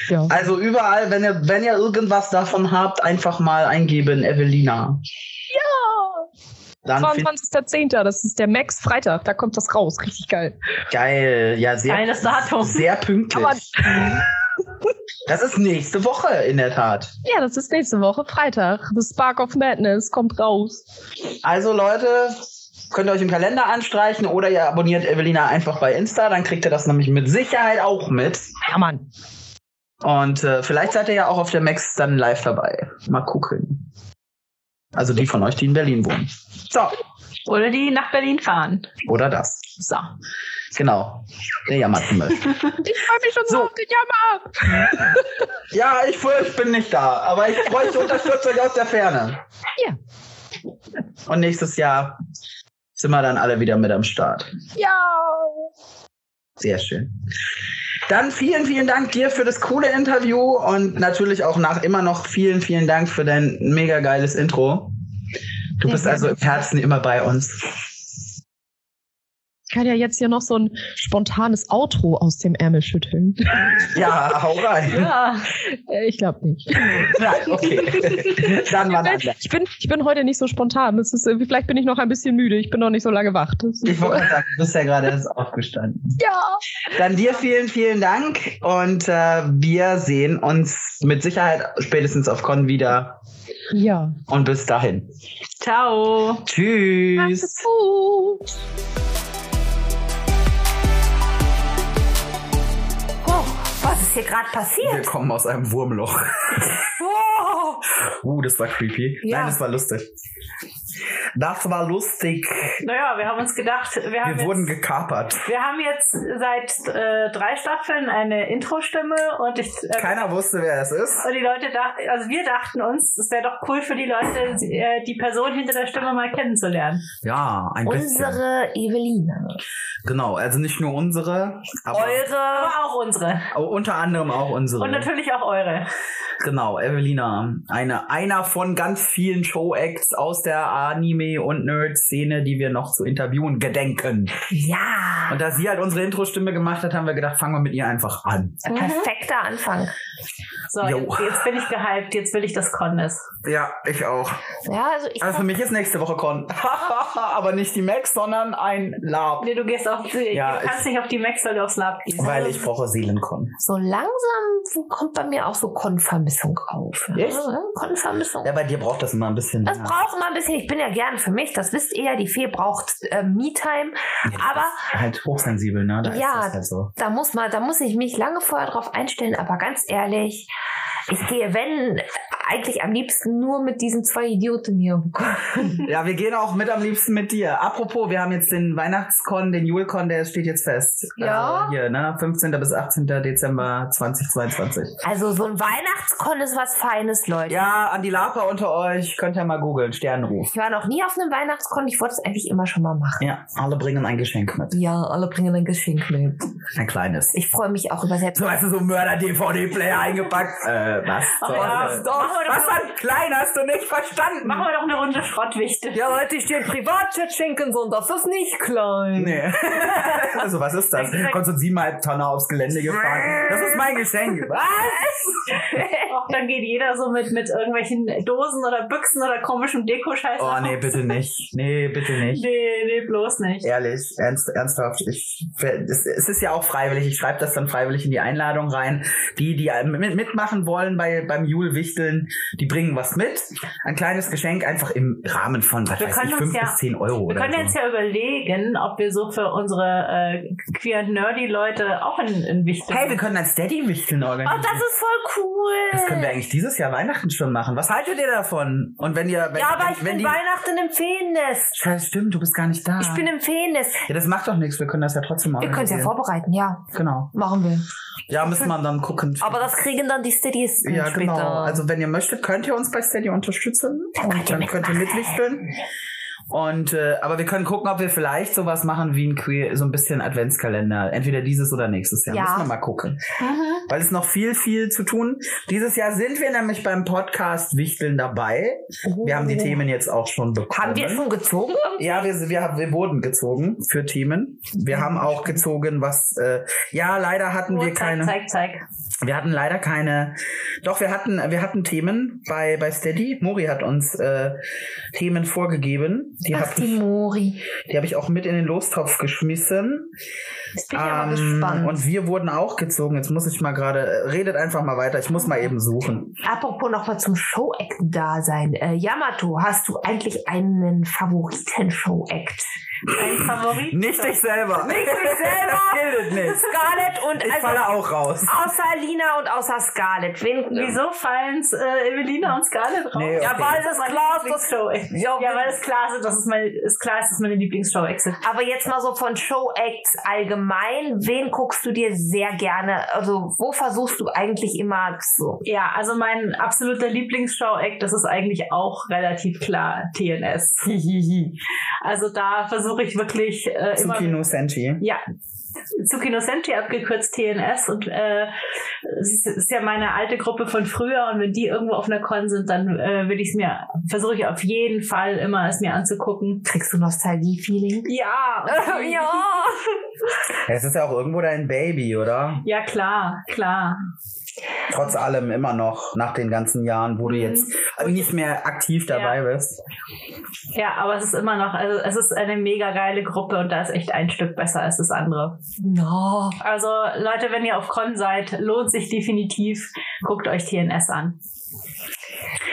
S6: ja.
S4: Also überall, wenn ihr, wenn ihr irgendwas davon habt, einfach mal eingeben, Evelina.
S6: Ah!
S4: Ja! Dann find
S6: 22.10., das ist der Max Freitag, da kommt das raus, richtig geil.
S4: geil. Ja, sehr,
S9: Geiles Datum.
S4: sehr pünktlich.
S6: Aber-
S4: das ist nächste Woche in der Tat.
S6: Ja, das ist nächste Woche Freitag. The Spark of Madness kommt raus.
S4: Also Leute, könnt ihr euch im Kalender anstreichen oder ihr abonniert Evelina einfach bei Insta, dann kriegt ihr das nämlich mit Sicherheit auch mit.
S6: Ja, Mann.
S4: Und äh, vielleicht seid ihr ja auch auf der Max dann live dabei. Mal gucken. Also die von euch, die in Berlin wohnen. So,
S9: Oder die nach Berlin fahren.
S4: oder das.
S9: So.
S4: Genau. Der Jammer zum Beispiel.
S6: Ich freue mich schon so,
S4: So.
S6: auf den Jammer.
S4: ja, ich, voll- ich bin nicht da, aber ich freue mich Unterstützung aus der Ferne.
S6: Ja.
S4: Und nächstes Jahr sind wir dann alle wieder mit am Start.
S6: Ja.
S4: Sehr schön. Dann vielen, vielen Dank dir für das coole Interview und natürlich auch nach immer noch vielen, vielen Dank für dein mega geiles Intro. Du bist also im Herzen immer bei uns.
S6: Ich kann ja jetzt hier noch so ein spontanes Outro aus dem Ärmel schütteln.
S4: Ja, hau rein.
S9: Ja.
S6: [laughs] Äh, ich glaube nicht.
S4: Nein, [laughs] okay. Dann mal anders.
S6: Ich bin, ich bin heute nicht so spontan. Das ist, irgendwie- vielleicht bin ich noch ein bisschen müde. Ich bin noch nicht so lange wach. Das
S4: Ich
S6: ist,
S4: wollte gerade sagen, du bist ja gerade erst aufgestanden.
S6: ja.
S4: Dann dir vielen, vielen Dank und äh, wir sehen uns mit Sicherheit spätestens auf Con wieder
S6: Ja.
S4: und bis dahin.
S9: Ciao.
S4: Tschüss.
S6: Gut.
S11: Wow, was ist hier gerade passiert?
S1: Wir kommen aus einem
S4: [laughs]
S1: Wurmloch.
S11: Wow.
S4: Oh.
S1: Uh, das war creepy.
S11: Ja.
S1: Nein, das war lustig.
S4: Das war lustig.
S9: Naja, wir haben uns gedacht, wir haben,
S4: Wir wurden
S9: jetzt,
S4: gekapert.
S9: wir haben jetzt seit äh, drei Staffeln eine Intro-Stimme und ich. Äh,
S4: Keiner wusste, wer es ist.
S9: und die Leute dachten, also wir dachten uns, es wäre doch cool für die Leute, sie- äh, die Person hinter der Stimme mal kennenzulernen.
S4: Ja, ein bisschen.
S1: Unsere Eveline.
S4: Genau, also nicht nur unsere, aber
S1: Eure.
S9: Aber auch unsere.
S4: aber unter anderem auch unsere.
S9: Und natürlich auch eure.
S4: Genau, Evelina. Eine, einer von ganz vielen Show-Acts aus der Anime- und Nerd-Szene, die wir noch zu interviewen gedenken.
S1: Ja.
S4: Und da sie halt unsere Intro-Stimme gemacht hat, haben wir gedacht, fangen wir mit ihr einfach an.
S1: Ein Mhm. perfekter Anfang.
S9: So,
S4: Jo.
S9: jetzt, jetzt bin ich gehypt, jetzt will ich das Condes.
S4: Ja, ich auch.
S1: Ja, also ich.
S4: Also für mich ist nächste Woche Con. [laughs] Aber nicht die Max, sondern ein Lab.
S9: Nee, du gehst auf die,
S4: Ja,
S9: du kannst nicht auf die Max, weil du aufs Lab gehst.
S4: Weil ich brauche Seelencon.
S1: so langsam kommt bei mir auch so Konvermissung auf.
S4: Echt?
S1: Ja, ne? Konvermissung.
S4: Ja, bei dir braucht das immer ein bisschen.
S1: Das braucht immer ein bisschen. Ich bin ja gern für mich. Das wisst ihr ja. Die Fee braucht äh, Me-Time. aber-
S4: Halt hochsensibel, ne? Da
S1: Ja.
S4: ist das halt so.
S1: Da muss man, da muss ich mich lange vorher drauf einstellen. Aber ganz ehrlich, ich gehe, wenn, eigentlich am liebsten nur mit diesen zwei Idioten hier. um
S4: Ja, wir gehen auch mit am liebsten mit dir. Apropos, wir haben jetzt den Weihnachtscon, den Julcon, der steht jetzt fest.
S1: Ja.
S4: Also hier, ne? 15. bis 18. Dezember 2022.
S1: Also so ein Weihnachtskon ist was Feines, Leute.
S4: Ja, an die Lapa unter euch, könnt ihr mal googeln, Sternruf.
S1: Ich war noch nie auf einem Weihnachtskon. Ich wollte es eigentlich immer schon mal machen.
S4: Ja, alle bringen ein Geschenk mit.
S1: Ja, alle bringen ein Geschenk mit.
S4: Ein kleines.
S1: Ich freue mich auch über selbst.
S4: So, weißt du, so Mörder-DVD-Player eingepackt. Äh, was?
S9: Ach ja,
S4: was
S9: doch.
S4: was war klein? Hast du nicht verstanden?
S9: Machen wir doch eine Runde Schrottwichte.
S1: [laughs] Ja, Leute, ich dir ein Privatjet schenken soll, das ist nicht klein.
S4: Nee. [laughs] also, was ist das? Konntest du siebeneinhalb Tonner aufs Gelände gefahren? Das ist mein [laughs] Geschenk. Was?
S9: Auch dann geht jeder so mit, mit irgendwelchen Dosen oder Büchsen oder komischem Deko-Scheiß.
S4: Oh,
S9: raus.
S4: nee, bitte nicht. Nee, bitte nicht.
S9: Nee, nee, bloß nicht.
S4: Ehrlich, ernst, ernsthaft. Ich, es, es ist ja auch freiwillig. Ich schreibe das dann freiwillig in die Einladung rein. Die, die mit, mitmachen wollen bei, beim Jule-Wichteln, die bringen was mit. Ein kleines Geschenk einfach im Rahmen von, was
S9: Wir
S4: weiß
S9: können
S4: ich,
S9: uns
S4: 5
S9: ja-
S4: bis 10 Euro
S9: Wir
S4: oder
S9: können
S4: so.
S9: jetzt ja überlegen, ob wir so für unsere äh, queer und nerdy Leute auch in, in Wichtel.
S4: Hey, wir können als Daddy-Wichteln
S1: Oh,
S4: organisieren.
S1: das ist voll cool.
S4: das können wir eigentlich dieses Jahr Weihnachten schon machen. Was haltet ihr davon? Und wenn ihr, wenn,
S1: ja, aber ich
S4: wenn
S1: bin
S4: die,
S1: Weihnachten im Feennest.
S4: Scheiße, stimmt, du bist gar nicht da.
S1: Ich bin im Feennest.
S4: ja, das macht doch nichts. Wir können das ja trotzdem machen.
S1: Wir können es ja vorbereiten, ja.
S4: Genau.
S1: Machen wir.
S4: Ja, müssen wir dann gucken.
S1: Aber das kriegen dann die Steadyisten
S4: ja,
S1: später.
S4: genau. Also wenn ihr möchtet, könnt ihr uns bei Steady unterstützen.
S1: Dann
S4: und
S1: könnt ihr
S4: dann könnt ihr mitwichteln. Und äh, aber wir können gucken, ob wir vielleicht sowas machen wie ein Queer, so ein bisschen Adventskalender. Entweder dieses oder nächstes Jahr.
S1: Ja. Mhm.
S4: Müssen wir mal gucken. Weil es noch viel, viel zu tun. Dieses Jahr sind wir nämlich beim Podcast Wichteln dabei. Wir haben die Themen jetzt auch schon bekommen.
S1: Oh. Haben wir schon gezogen?
S4: Ja, wir, wir, wir wurden gezogen für Themen. Wir haben auch gezogen, was. Äh, ja, leider hatten
S9: Oh,
S4: wir keine.
S9: Zeig, zeig, zeig.
S4: Wir hatten leider keine. Doch, wir hatten, wir hatten Themen bei, bei Steady. Mori hat uns äh, Themen vorgegeben. Die
S1: Ach,
S4: habe
S1: die
S4: ich,
S1: Mori.
S4: die hab ich auch mit in den Lostopf geschmissen.
S1: Jetzt bin ich aber
S4: Ähm,
S1: gespannt.
S4: Und wir wurden auch gezogen. Jetzt muss ich mal gerade. Redet einfach mal weiter. Ich muss mal eben suchen.
S1: Apropos nochmal zum Show-Act-Dasein. Äh, Yamato, hast du eigentlich einen Favoriten-Show-Act?
S9: Dein Favorit.
S4: selber. Nicht
S1: dich selber.
S4: [laughs] Das gilt nicht.
S1: Scarlett und
S4: Ich
S1: also
S4: falle auch raus.
S1: außer Lina und außer Scarlett. Wen,
S9: Wieso fallen's äh, Evelina und Scarlett raus?
S4: Nee, okay. Ja,
S1: weil das klar ist, dass-
S9: Show. Ja, ja, weil es klar also ist, dass es mein, ist klar ist, dass meine Lieblingsshow exit.
S1: Aber jetzt mal so von Show-Acts allgemein. Wen guckst du dir sehr gerne? Also, wo versuchst du eigentlich immer so?
S9: Ja, also mein absoluter Lieblingsshow-Act, das ist eigentlich auch relativ klar TNS. [laughs] also da versuche ich wirklich äh, immer.
S4: Tsukino Senshi.
S9: Ja. Tsukino Senti abgekürzt TNS und äh, es ist, ist ja meine alte Gruppe von früher und wenn die irgendwo auf einer Con sind, dann äh, will ich es mir, versuche ich auf jeden Fall immer es mir anzugucken.
S1: Kriegst du Nostalgie-Feeling?
S9: Ja, und
S1: [laughs]
S9: die-
S1: ja.
S4: Es ist ja auch irgendwo dein Baby, oder?
S9: Ja, klar, klar.
S4: Trotz allem immer noch nach den ganzen Jahren, wo du
S9: Mhm.
S4: jetzt nicht mehr aktiv dabei bist.
S9: Ja, aber es ist immer noch, also es ist eine mega geile Gruppe und da ist echt ein Stück besser als das andere.
S1: No.
S9: Also Leute, wenn ihr auf Con seid, lohnt sich definitiv, guckt euch TNS an.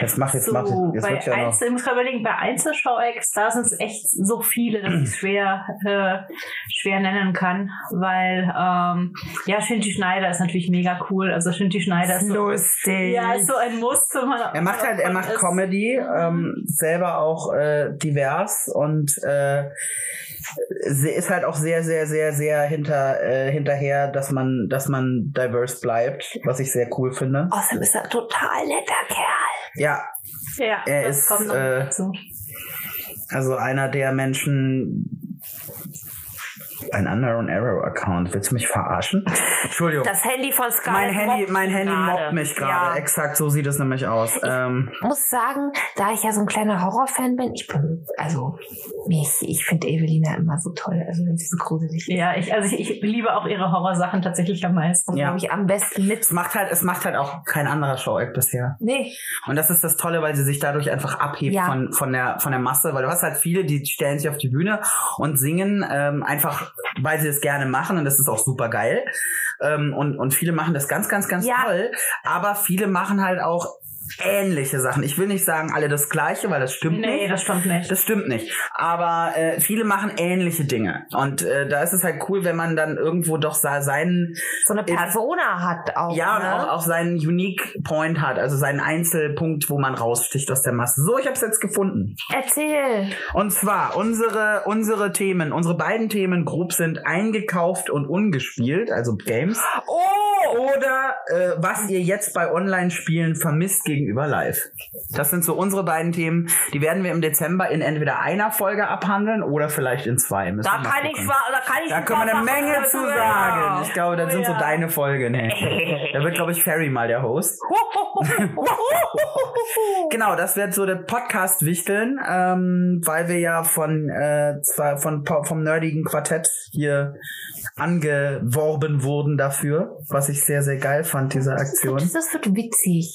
S4: Jetzt mach, jetzt
S9: so,
S4: mach. Jetzt
S9: bei
S4: wird ja noch.
S9: Einzel, ich muss gerade überlegen, bei Einzelschau-Acts, da sind es echt so viele, dass ich schwer, äh, schwer nennen kann, weil, ähm, ja, Shinji Schneider ist natürlich mega cool. Also Shinji Schneider ist so,
S4: Lustig.
S9: ja, ist so Mhm. ein Muss. wenn man-
S4: Er macht halt, er macht
S9: ist-
S4: Comedy, ähm, selber auch äh, divers und äh, sie ist halt auch sehr, sehr, sehr, sehr hinter, äh, hinterher, dass man, dass man diverse bleibt, was ich sehr cool finde.
S9: Oh.
S1: Außerdem ist er ein total netter Kerl.
S4: Ja,
S9: Ja,
S4: er
S9: das
S4: ist,
S9: kommt noch
S4: äh,
S9: dazu.
S4: also einer der Menschen. Ein Unknown Arrow Account. Willst du mich verarschen? Entschuldigung.
S1: Das Handy von Sky.
S4: mein Handy, mein Handy mobbt mich gerade.
S1: Ja.
S4: Exakt, so sieht es nämlich aus. Ähm,
S1: Muss sagen, da ich ja so ein kleiner Horrorfan bin, ich bin, also, ich, ich finde Evelina immer so toll. Also, wenn sie so gruselig ist,
S9: Ja, ich, also ich, ich liebe auch ihre Horrorsachen tatsächlich am meisten.
S4: Ja.
S1: ja. ich am besten mit.
S4: es macht halt, es macht halt auch kein anderer Show-Act bisher.
S1: Nee,
S4: Und das ist das Tolle, weil sie sich dadurch einfach abhebt
S1: Ja.
S4: von, von, der, von der Masse, weil du hast halt viele, die stellen sich auf die Bühne und singen ähm, einfach, weil sie es gerne machen und das ist auch super geil. Ähm, und, und viele machen das ganz, ganz, ganz
S1: Ja.
S4: toll, aber viele machen halt auch ähnliche Sachen. Ich will nicht sagen, alle das Gleiche, weil das stimmt
S9: Nee,
S4: nicht.
S9: das stimmt nicht.
S4: Das stimmt nicht. Aber äh, viele machen ähnliche Dinge. Und äh, da ist es halt cool, wenn man dann irgendwo doch sa- seinen
S1: so eine Persona hat auch.
S4: ja, und
S1: ne?
S4: auch, auch seinen Unique Point hat, also seinen Einzelpunkt, wo man raussticht aus der Masse. So, ich habe es jetzt gefunden.
S1: Erzähl.
S4: Und zwar, unsere, unsere Themen, unsere beiden Themen grob sind eingekauft und ungespielt, also Games. Oh! Oder äh, was ihr jetzt bei Online-Spielen vermisst gegenüber live. Das sind so unsere beiden Themen. Die werden wir im Dezember in entweder einer Folge abhandeln oder vielleicht in zwei. Müssen wir mal gucken.
S1: wa- da kann ich
S4: Da können wir eine Menge zu sagen. Ich glaube, das sind so deine Folgen. Hey. Da wird, glaube ich, Ferry mal der Host. genau, das wird so der Podcast wichteln, ähm, weil wir ja von, äh, zwar von Pa- vom nerdigen Quartett hier angeworben wurden dafür, was ich sehr, sehr geil fand, diese Aktion.
S1: Das, das wird witzig.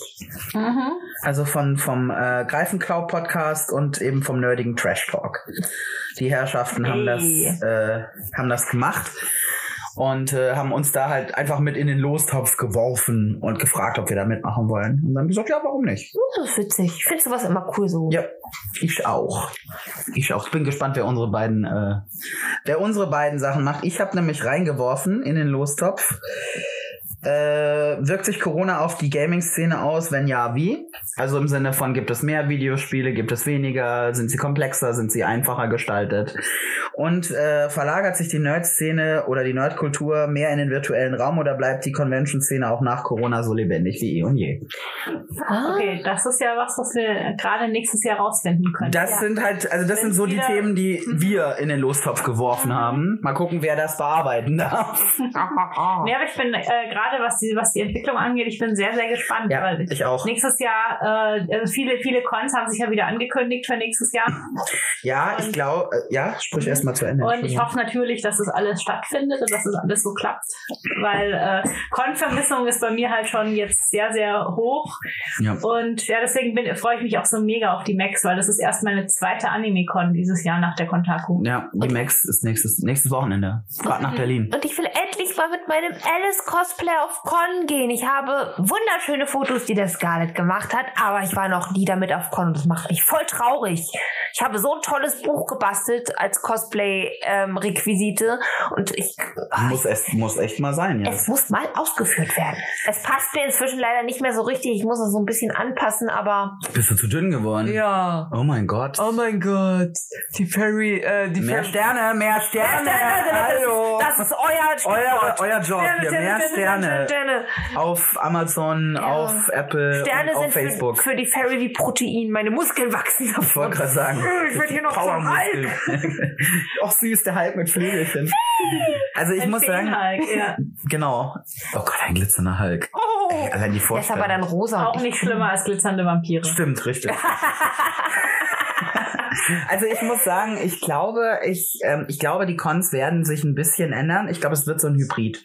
S9: Mhm.
S4: Also von vom äh, Greifenklau Podcast und eben vom nerdigen Trash Talk. Die Herrschaften haben das
S9: Hey.
S4: äh, haben das gemacht und äh, haben uns da halt einfach mit in den Lostopf geworfen und gefragt, ob wir da mitmachen wollen. Und dann haben wir gesagt, ja, warum nicht?
S1: Das ist witzig. Ich finde sowas immer cool so.
S4: Ja, ich auch. Ich auch. Ich bin gespannt, wer unsere beiden äh, wer unsere beiden Sachen macht. Ich habe nämlich reingeworfen in den Lostopf. Äh, wirkt sich Corona auf die Gaming-Szene aus? Wenn ja, wie? Also im Sinne von, gibt es mehr Videospiele, gibt es weniger, sind sie komplexer, sind sie einfacher gestaltet? Und äh, verlagert sich die Nerd-Szene oder die Nerdkultur mehr in den virtuellen Raum oder bleibt die Convention-Szene auch nach Corona so lebendig wie eh und je?
S1: Ah,
S9: Okay, das ist ja was, was wir gerade nächstes Jahr rausfinden können.
S4: Das
S9: ja.
S4: sind halt, also das sind
S9: Wenn
S4: so die
S9: jeder-
S4: Themen, die wir in den Lostopf geworfen haben. Mal gucken, wer das bearbeiten darf.
S9: Nee, aber ich bin äh, gerade, was die, was die Entwicklung angeht, ich bin sehr, sehr gespannt.
S4: Ja,
S9: weil
S4: ich auch.
S9: Nächstes Jahr, äh, also viele, viele Cons haben sich ja wieder angekündigt für nächstes Jahr.
S4: Ja, ich
S9: Und-
S4: glaube, ja, sprich
S9: Mhm.
S4: erst mal zu Ende.
S9: Und ich hoffe natürlich, dass das alles stattfindet und dass das alles so klappt. Weil äh, Con-Vermissung ist bei mir halt schon jetzt sehr, sehr hoch.
S4: Ja.
S9: Und ja, deswegen bin, freue ich mich auch so mega auf die Max, weil das ist erst meine zweite Anime-Con dieses Jahr nach der Kontaku.
S4: Ja, die Max ist nächstes, nächstes Wochenende. Fahrt nach Berlin.
S1: Und ich will endlich mal mit meinem Alice Cosplay auf Con gehen. Ich habe wunderschöne Fotos, die der Scarlett gemacht hat, aber ich war noch nie damit auf Con und das macht mich voll traurig. Ich habe so ein tolles Buch gebastelt als Cosplay-Requisite und ich, ah,
S4: Muss, es, muss echt mal sein, ja.
S1: es muss mal ausgeführt werden. Es passt mir inzwischen leider nicht mehr so richtig. Ich muss es so ein bisschen anpassen, aber
S4: Bist du zu dünn geworden?
S6: Ja.
S4: Oh mein Gott.
S3: Um
S6: mein Gott. Die Fairy, äh, die
S4: mehr Sterne, mehr Sterne. Hallo.
S1: das ist euer
S4: euer, euer Job hier. Mehr Sterne.
S1: [laughs] Sterne,
S4: Auf Amazon, auf Apple,
S1: Sterne
S4: Äh, und auf
S1: sind
S4: Facebook.
S1: Für, für die Fairy wie Protein. Meine Muskeln wachsen
S4: Ich wollte
S1: davon. Äh,
S4: gerade sagen.
S1: Hm, Ich werd hier noch zum Hulk.
S4: [laughs]
S1: Hm.
S4: Hulk. Auch süß, der Hulk mit Flügelchen. Also ich
S9: Ein
S4: muss sagen,
S9: Feenhulk, ja.
S4: genau. Oh Gott, ein glitzernder Hulk.
S1: Oh,
S4: Ey, allein die
S1: der ist
S4: Vorstellung.
S1: aber dann rosa.
S9: Auch nicht schlimmer als glitzernde Vampire.
S4: Stimmt,
S1: [laughs]
S4: richtig. also ich muss sagen, ich glaube, ich, ähm, ich glaube, die Cons werden sich ein bisschen ändern. Ich glaube, es wird so ein Hybrid.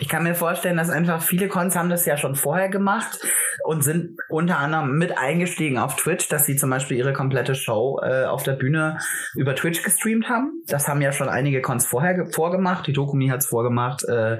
S4: Ich kann mir vorstellen, dass einfach viele Cons haben das ja schon vorher gemacht, und sind unter anderem mit eingestiegen auf Twitch, dass sie zum Beispiel ihre komplette Show äh, auf der Bühne über Twitch gestreamt haben. Das haben ja schon einige Cons vorher ge- vorgemacht. Die Dokumi hat's vorgemacht, äh,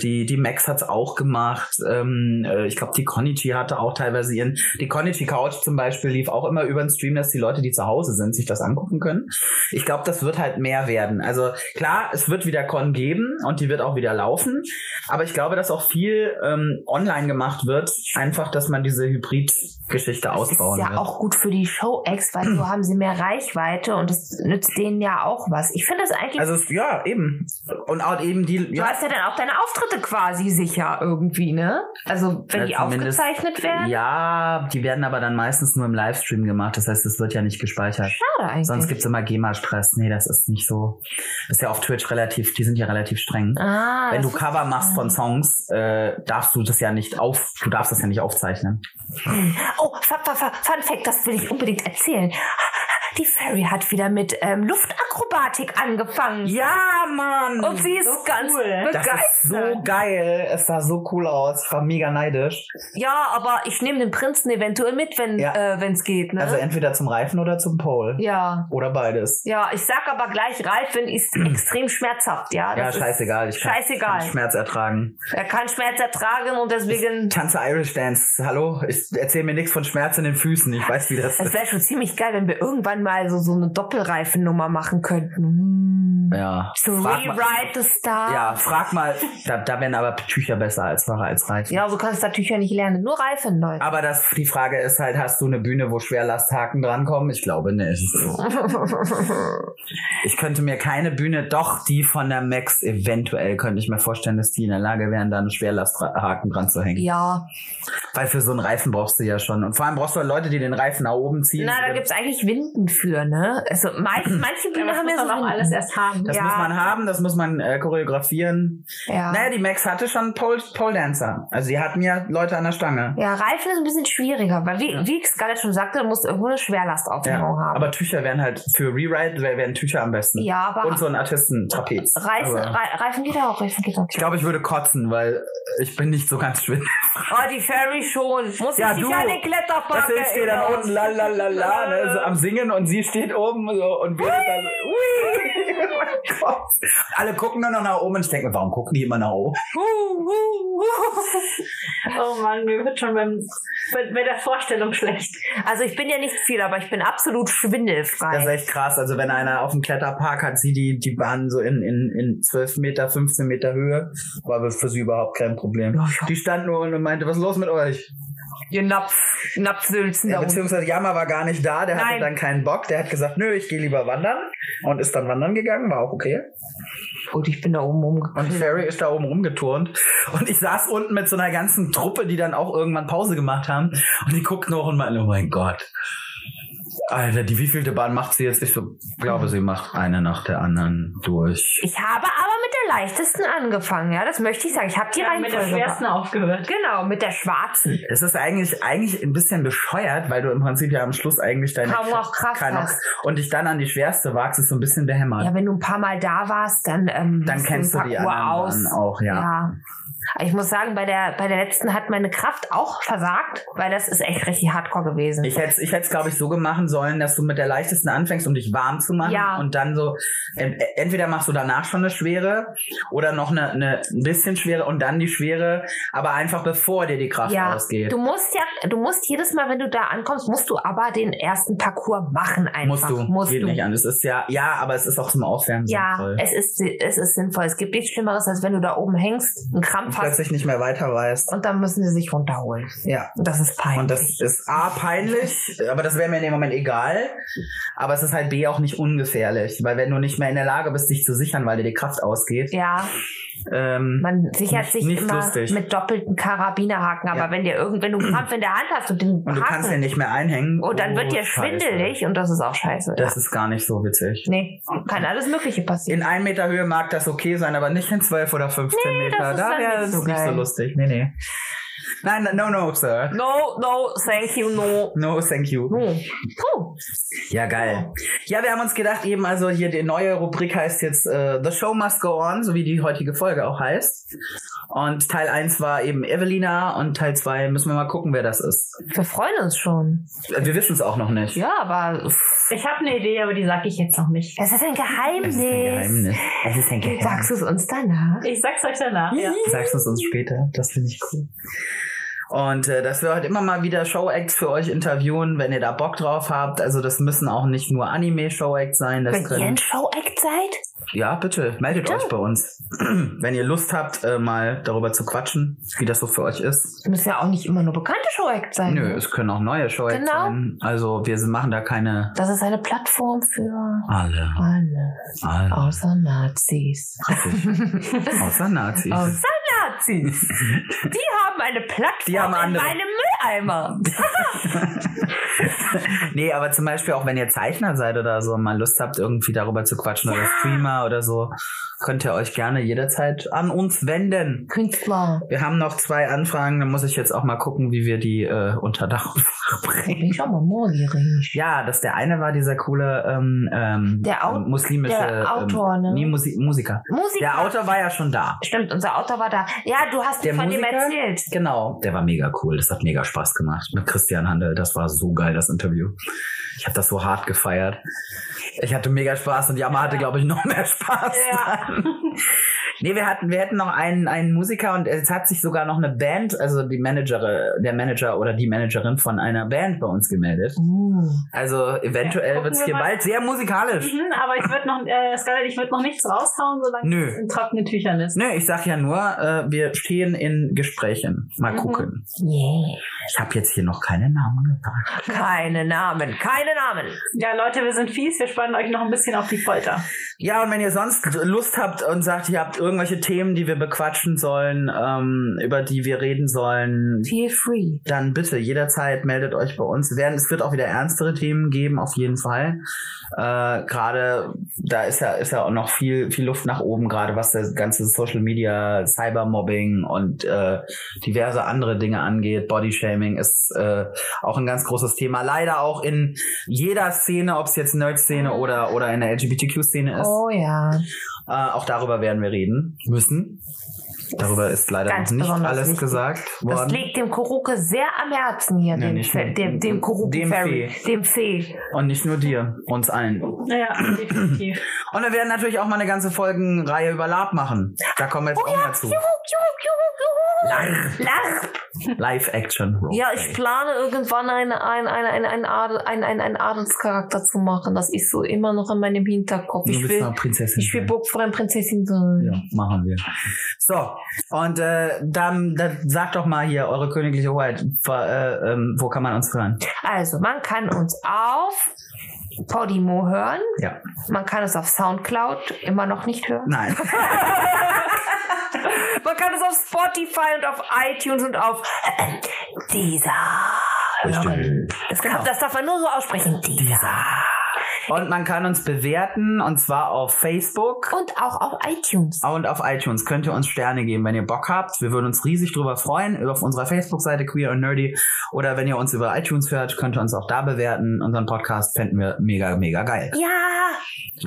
S4: die, die Max hat's auch gemacht. Ähm, äh, ich glaube, die Konichi hatte auch teilweise ihren. Die Konichi Couch zum Beispiel lief auch immer über den Stream, dass die Leute, die zu Hause sind, sich das angucken können. Ich glaube, das wird halt mehr werden. Also klar, es wird wieder Con geben und die wird auch wieder laufen. Aber ich glaube, dass auch viel ähm, online gemacht wird, einfach, dass man diese Hybrid-Geschichte ausbauen ne?
S1: ist ja
S4: wird.
S1: auch gut für die Show-Ex, weil
S4: [clears throat]
S1: so haben sie mehr Reichweite und das nützt denen ja auch was. Ich finde das eigentlich.
S4: also es- ja, eben. Und auch eben die.
S1: du
S4: Ja,
S1: hast ja dann auch deine Auftritte quasi sicher irgendwie, ne? Also, wenn
S4: Ja,
S1: die
S4: zumindest-
S1: aufgezeichnet werden,
S4: ja, die werden aber dann meistens nur im Livestream gemacht. Das heißt, es wird ja nicht gespeichert.
S1: schade eigentlich.
S4: Sonst gibt's immer GEMA-Stress. Nee, das ist nicht so. Ist ja auf Twitch relativ, die sind ja relativ streng.
S1: ah,
S4: Wenn
S1: das
S4: du
S1: ist-
S4: Cover machst von Songs, äh, darfst du das ja nicht auf, du darfst das ja nicht aufzeichnen.
S1: Oh, fa- fa- fa- Fun Fact, das will ich unbedingt erzählen. Die Fairy hat wieder mit ähm, Luftakrobatik angefangen.
S4: Ja, Mann!
S1: Und sie ist ganz
S4: Hm. das
S1: begeistert.
S4: ist so geil. Es sah so cool aus. Ich war mega neidisch.
S1: Ja, aber ich nehme den Prinzen eventuell mit, wenn
S4: Ja.
S1: äh, wenn's geht, ne?
S4: Also entweder zum Reifen oder zum Pole.
S1: ja.
S4: Oder beides.
S1: Ja, ich sag aber gleich, Reifen
S4: [clears throat]
S1: ist extrem schmerzhaft, ja.
S4: Ja,
S1: Das
S4: scheißegal. Ich kann,
S1: scheißegal.
S4: kann Schmerz ertragen.
S1: Ist, er kann Schmerz ertragen und deswegen.
S4: Tanze Irish Dance. Hallo? Ich erzähl mir nichts von Schmerz in den Füßen. Ich weiß, wie das
S1: Es
S4: ist.
S1: wäre schon ziemlich geil, wenn wir irgendwann mal so, so eine Doppelreifennummer machen könnten. Hm.
S4: Ja.
S1: So
S4: Frag mal-
S1: Rewrite the Star.
S4: Ja, frag mal. Da, da wären aber Tücher besser als Ware als Reifen.
S1: ja, so kannst du da Tücher nicht lernen. Nur Reifen, Leute.
S4: Aber das, die Frage ist halt, hast du eine Bühne, wo Schwerlasthaken drankommen? Ich glaube
S1: [laughs]
S4: nicht. Ich könnte mir keine Bühne, doch die von der Max, eventuell könnte ich mir vorstellen, dass die in der Lage wären, da einen Schwerlasthaken dran zu hängen.
S1: ja.
S4: Weil für so einen Reifen brauchst du ja schon. Und vor allem brauchst du Leute, die den Reifen nach oben ziehen.
S1: Na, da gibt's eigentlich Winden für, ne? Also
S4: [clears throat]
S1: meist, manche
S9: Ja,
S1: Bühnen
S9: das
S1: haben
S9: muss
S1: ja so
S9: man auch
S1: Winden.
S9: alles erst haben.
S4: das
S1: ja.
S4: muss man haben, das muss man äh, choreografieren.
S1: ja.
S4: Naja, die Max hatte schon Pole, Pole Dancer. Also die hatten ja Leute an der Stange.
S1: ja, Reifen ist ein bisschen schwieriger, weil wie, wie Scarlett schon sagte, du musst irgendwo eine
S4: Ja. genau,
S1: Schwerlastaufhängung haben.
S4: Aber Tücher wären halt für Rewrite wär- wären Tücher am besten.
S1: ja, aber
S4: Und so ein Artistentrapez.
S1: Reifen,
S4: Aber
S1: Re Reifen geht auch, Reifen geht auch.
S4: ich glaube, ich würde kotzen, weil ich bin nicht so ganz schwierig.
S1: Oh, die Fairy schon. Muss
S4: [laughs] Ja,
S1: ich
S4: du.
S1: dich an den
S4: Das
S1: Kletterpark
S4: ich stehe dann
S1: erinnern?
S4: unten la la la la ne, [laughs] so am Singen und sie steht oben so und wir sind dann [laughs] ui, mein Gott. Alle gucken nur noch nach oben und ich denke mir, warum gucken die immer nach oben?
S9: Oh Mann, mir wird schon beim, bei, bei der Vorstellung schlecht.
S1: Also ich bin ja nicht viel, aber ich bin absolut schwindelfrei.
S4: Das ist echt krass. Also wenn einer auf dem Kletterpark hat, sie die, die Bahn so in, in, in 12 Meter, 15 Meter Höhe, war für sie überhaupt kein Problem. Die stand nur und meinte, was ist los mit euch?
S1: Ihr Napf, Napfsülzen
S4: Ja,
S1: da unten.
S4: beziehungsweise Yama war gar nicht da, der hatte
S1: Nein.
S4: dann keinen Bock, der hat gesagt, nö, ich gehe lieber wandern und ist dann wandern gegangen, war auch okay.
S1: Gut, ich bin da oben rumgekommen.
S4: Und Ferry ist da oben rumgeturnt. Und ich saß unten mit so einer ganzen Truppe, die dann auch irgendwann Pause gemacht haben. Und die guckten hoch und meinten, oh mein Gott. Alter, die wievielte Bahn macht sie jetzt? Ich so, glaube, sie macht eine nach der anderen durch.
S1: Ich habe aber mit der leichtesten angefangen, ja, das möchte ich sagen. Ich habe die
S9: Wir haben mit der
S1: Reihenfolge.
S9: schwersten
S1: gemacht.
S9: aufgehört.
S1: Genau, mit der schwarzen.
S4: Es ist eigentlich, eigentlich ein bisschen bescheuert, weil du im Prinzip ja am Schluss eigentlich deine
S1: Kaum noch Kraft
S4: keine-
S1: hast.
S4: und dich dann an die schwerste wagst, ist so ein bisschen behämmert.
S1: Ja, wenn du ein paar Mal da warst, dann ähm,
S4: dann
S1: hast
S4: kennst du
S1: den
S4: die
S1: Parcours
S4: anderen Bahnen auch, ja.
S1: ja. Aber Ich muss sagen, bei der, bei der letzten hat meine Kraft auch versagt, weil das ist echt richtig hardcore gewesen.
S4: Ich hätte ich hätt's, glaube ich, so gemacht sollen, dass du mit der leichtesten anfängst, um dich warm zu machen.
S1: Ja.
S4: Und dann so, en- entweder machst du danach schon eine schwere oder noch eine, eine ein bisschen schwere und dann die schwere, aber einfach bevor dir die Kraft
S1: ja,
S4: ausgeht.
S1: du musst ja, du musst jedes Mal, wenn du da ankommst, musst du aber den ersten Parcours machen einfach.
S4: musst du.
S1: Musst
S4: Geht
S1: du.
S4: nicht an. Es ist ja, ja, aber es ist auch zum Aufwärmen
S1: Ja,
S4: sinnvoll.
S1: es ist, es ist sinnvoll. Es gibt nichts Schlimmeres, als wenn du da oben hängst, einen
S4: Und
S1: Krampf hast
S4: plötzlich nicht mehr weiter weißt.
S1: und dann müssen sie sich runterholen.
S4: Ja.
S1: Und Das ist peinlich.
S4: Und das ist A, peinlich, aber das wäre mir in dem Moment egal. Aber es ist halt B, auch nicht ungefährlich. Weil wenn du nicht mehr in der Lage bist, dich zu sichern, weil dir die Kraft ausgeht,
S1: ja,
S4: ähm,
S1: man sichert sich
S4: nicht
S1: immer
S4: lustig.
S1: mit doppelten Karabinerhaken. Aber
S4: Ja.
S1: wenn dir irgend, wenn du einen Krampf in der Hand hast und den
S4: Und du kannst den
S1: Haken,
S4: nicht mehr einhängen.
S1: und dann wird
S4: Oh,
S1: dir schwindelig
S4: Scheiße.
S1: und das ist auch scheiße.
S4: Das ist gar nicht so witzig.
S1: Nee, kann alles Mögliche passieren.
S4: In 1 Meter Höhe mag das okay sein, aber nicht in 12 oder 15 Meter.
S1: ist
S4: da
S1: dann
S4: wäre
S1: nicht
S4: es
S1: so
S4: nicht so
S1: geil.
S4: lustig. Nee, nee. Nein, no, no, sir.
S1: No, no, thank you, no.
S4: No, thank you.
S1: no. Puh.
S4: Ja, geil. Ja, wir haben uns gedacht, eben also hier die neue Rubrik heißt jetzt äh, The Show Must Go On, so wie die heutige Folge auch heißt. Und Teil 1 war eben Evelina und Teil 2 müssen wir mal gucken, wer das ist.
S1: Wir freuen uns schon.
S4: Äh, Wir wissen es auch noch nicht.
S1: Ja, aber pff,
S12: Ich habe
S9: ne
S12: eine Idee, aber die sage ich jetzt noch nicht.
S1: es ist ein
S4: Es
S1: Geheimnis.
S4: ist ein Geheimnis. Es ist ein
S1: Sagst du es uns danach?
S12: Ich sag's euch danach. Ja.
S4: Sagst du es uns später? Das finde ich cool. Und äh, dass wir heute immer mal wieder Show-Acts für euch interviewen, wenn ihr da Bock drauf habt. Also das müssen auch nicht nur Anime-Show-Acts sein. Das
S1: Wenn ihr ein Show-Act seid?
S4: Ja, bitte, meldet euch bei uns. [clears throat] Wenn ihr Lust habt, äh, mal darüber zu quatschen, wie das so für euch ist.
S1: Es müssen ja auch nicht immer nur bekannte Show-Acts sein.
S4: Nö, es können auch neue Shows
S1: Genau.
S4: sein. Also wir machen da keine
S1: Das ist eine Plattform für
S4: alle,
S1: alle,
S4: alle
S1: außer Nazis.
S4: außer Nazis.
S1: Außer
S4: [laughs]
S1: Nazis. Oh, Die haben eine Plattform
S4: Die haben andere.
S1: in meinem Mülleimer.
S4: Nee, aber zum Beispiel auch wenn ihr Zeichner seid oder so, mal Lust habt, irgendwie darüber zu quatschen oder Streamer oder so, könnt ihr euch gerne jederzeit an uns wenden.
S1: Künstler.
S4: Wir haben noch zwei Anfragen, dann muss ich jetzt auch mal gucken, wie wir die äh, unter Dach und Fach bringen.
S1: Bin ich auch mal neugierig.
S4: Ja, das der eine war dieser coole ähm, ähm,
S1: Der Au-
S4: ähm, muslimische
S1: der Autor,
S4: ähm,
S1: ne?
S4: nee, Musi Musiker.
S1: Musiker.
S4: Der Autor war ja schon da.
S1: Stimmt, unser Autor war da. Ja, du hast
S4: Der
S1: mir von dem
S4: Musiker?
S1: erzählt.
S4: Genau, der war mega cool. Das hat mega Spaß gemacht mit Christian Handel. Das war so geil das Interview. Ich habe das so hart gefeiert. Ich hatte mega Spaß und Yama hatte glaube ich noch mehr Spaß.
S12: Ja.
S4: [laughs] nee, wir hatten wir hätten noch einen einen Musiker und es hat sich sogar noch eine Band, also die Manager der Manager oder die Managerin von einer Band bei uns gemeldet. Also eventuell
S12: Ja,
S4: wird's
S12: Uh. gucken
S4: hier
S12: wir mal.
S4: bald sehr musikalisch.
S12: Mhm, aber ich würde noch, äh, Scarlett, ich würde noch nichts raushauen, solange
S4: Nö.
S12: es in trockenen Tüchern ist.
S4: Nö, ich sag ja nur, äh, wir stehen in Gesprächen. Mal
S12: Mhm.
S4: gucken.
S1: Yeah.
S4: Ich habe jetzt hier noch keine Namen gesagt.
S1: Keine Namen, keine Namen.
S12: Ja, Leute, wir sind fies, wir spannen euch noch ein bisschen auf die Folter.
S4: Ja, und wenn ihr sonst Lust habt und sagt, ihr habt irgendwelche Themen, die wir bequatschen sollen, ähm, über die wir reden sollen,
S1: Feel free.
S4: dann bitte jederzeit meldet euch bei uns. Wir Werden, es wird auch wieder ernstere Themen geben, auf jeden Fall. Äh, gerade da ist ja, ist ja auch noch viel, viel Luft nach oben, gerade was das ganze Social Media, Cybermobbing und äh, diverse andere Dinge angeht. Bodyshaming ist äh, auch ein ganz großes Thema. Leider auch in jeder Szene, ob es jetzt Nerd-Szene oder, oder in der LGBTQ-Szene ist.
S1: Oh ja.
S4: Äh, auch darüber werden wir reden müssen. Darüber ist leider
S1: Ganz
S4: noch nicht
S1: besonders
S4: alles
S1: wichtig.
S4: gesagt worden.
S1: Das liegt dem Kuruke sehr am Herzen hier,
S4: Nee,
S1: dem,
S4: nicht
S1: Fe-
S4: nur-
S1: dem, dem Kuruke
S4: dem
S1: Ferry.
S4: Fee.
S1: Dem Fee.
S4: Und nicht nur dir, uns allen. Und
S12: Ja, definitiv.
S4: wir werden natürlich auch mal eine ganze Folgenreihe über Lab machen. Da kommen wir
S1: Oh
S4: jetzt auch mal zu. Live-
S1: Lach!
S4: Live-Action.
S1: Ja, ich plane irgendwann eine, ein, eine, eine, ein Adel, ein, ein, ein Adelscharakter zu machen. Das ist so immer noch in meinem Hinterkopf.
S4: Du
S1: Ich
S4: bist eine
S1: will,
S4: Prinzessin.
S1: ich will Burgfrauenprinzessin sein.
S4: ja, machen wir. So, und äh, dann, dann sagt doch mal hier, eure königliche Hoheit, wa- äh, ähm, wo kann man uns hören?
S1: Also, man kann uns auf Podimo hören.
S4: Ja.
S1: Man kann es auf Soundcloud immer noch nicht hören. [laughs]
S4: Nein.
S1: Man kann es auf Spotify und auf iTunes und auf [clears throat] dieser hören. Das, kann, das darf man nur so aussprechen. Dieser.
S4: Und man kann uns bewerten, und zwar auf Facebook.
S1: Und auch auf iTunes.
S4: Und auf iTunes könnt ihr uns Sterne geben, wenn ihr Bock habt. Wir würden uns riesig drüber freuen. Auf unserer Facebook-Seite Queer und Nerdy. Oder wenn ihr uns über iTunes hört, könnt ihr uns auch da bewerten. Unseren Podcast fänden wir mega, mega geil.
S1: Ja,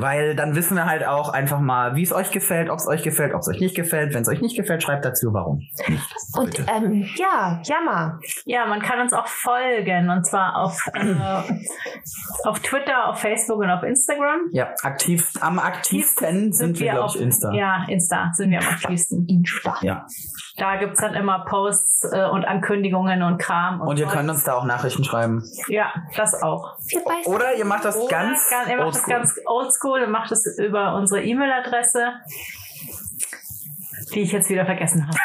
S4: Weil dann wissen wir halt auch einfach mal, wie es euch gefällt, ob es euch gefällt, ob es euch nicht gefällt. Wenn es euch nicht gefällt, schreibt dazu, warum. Nicht.
S1: und
S4: Bitte.
S1: ähm, ja, Jammer.
S12: Ja, man kann uns auch folgen und zwar auf, äh, auf Twitter, auf Facebook und auf Instagram.
S4: Ja, aktiv, am aktivsten sind wir, glaube
S12: auf
S4: ich, Insta.
S12: Ja, Insta sind wir am aktivsten.
S1: Insta.
S4: Ja.
S12: Da gibt's dann immer Posts äh, und Ankündigungen und Kram.
S4: Und ihr könnt uns da auch Nachrichten schreiben.
S12: Ja, das auch.
S1: Wir beißen.
S4: Oder ihr macht das ganz,
S12: Oder ihr macht das
S4: oldschool.
S12: ganz oldschool und macht das über unsere E-Mail-Adresse, die ich jetzt wieder vergessen habe.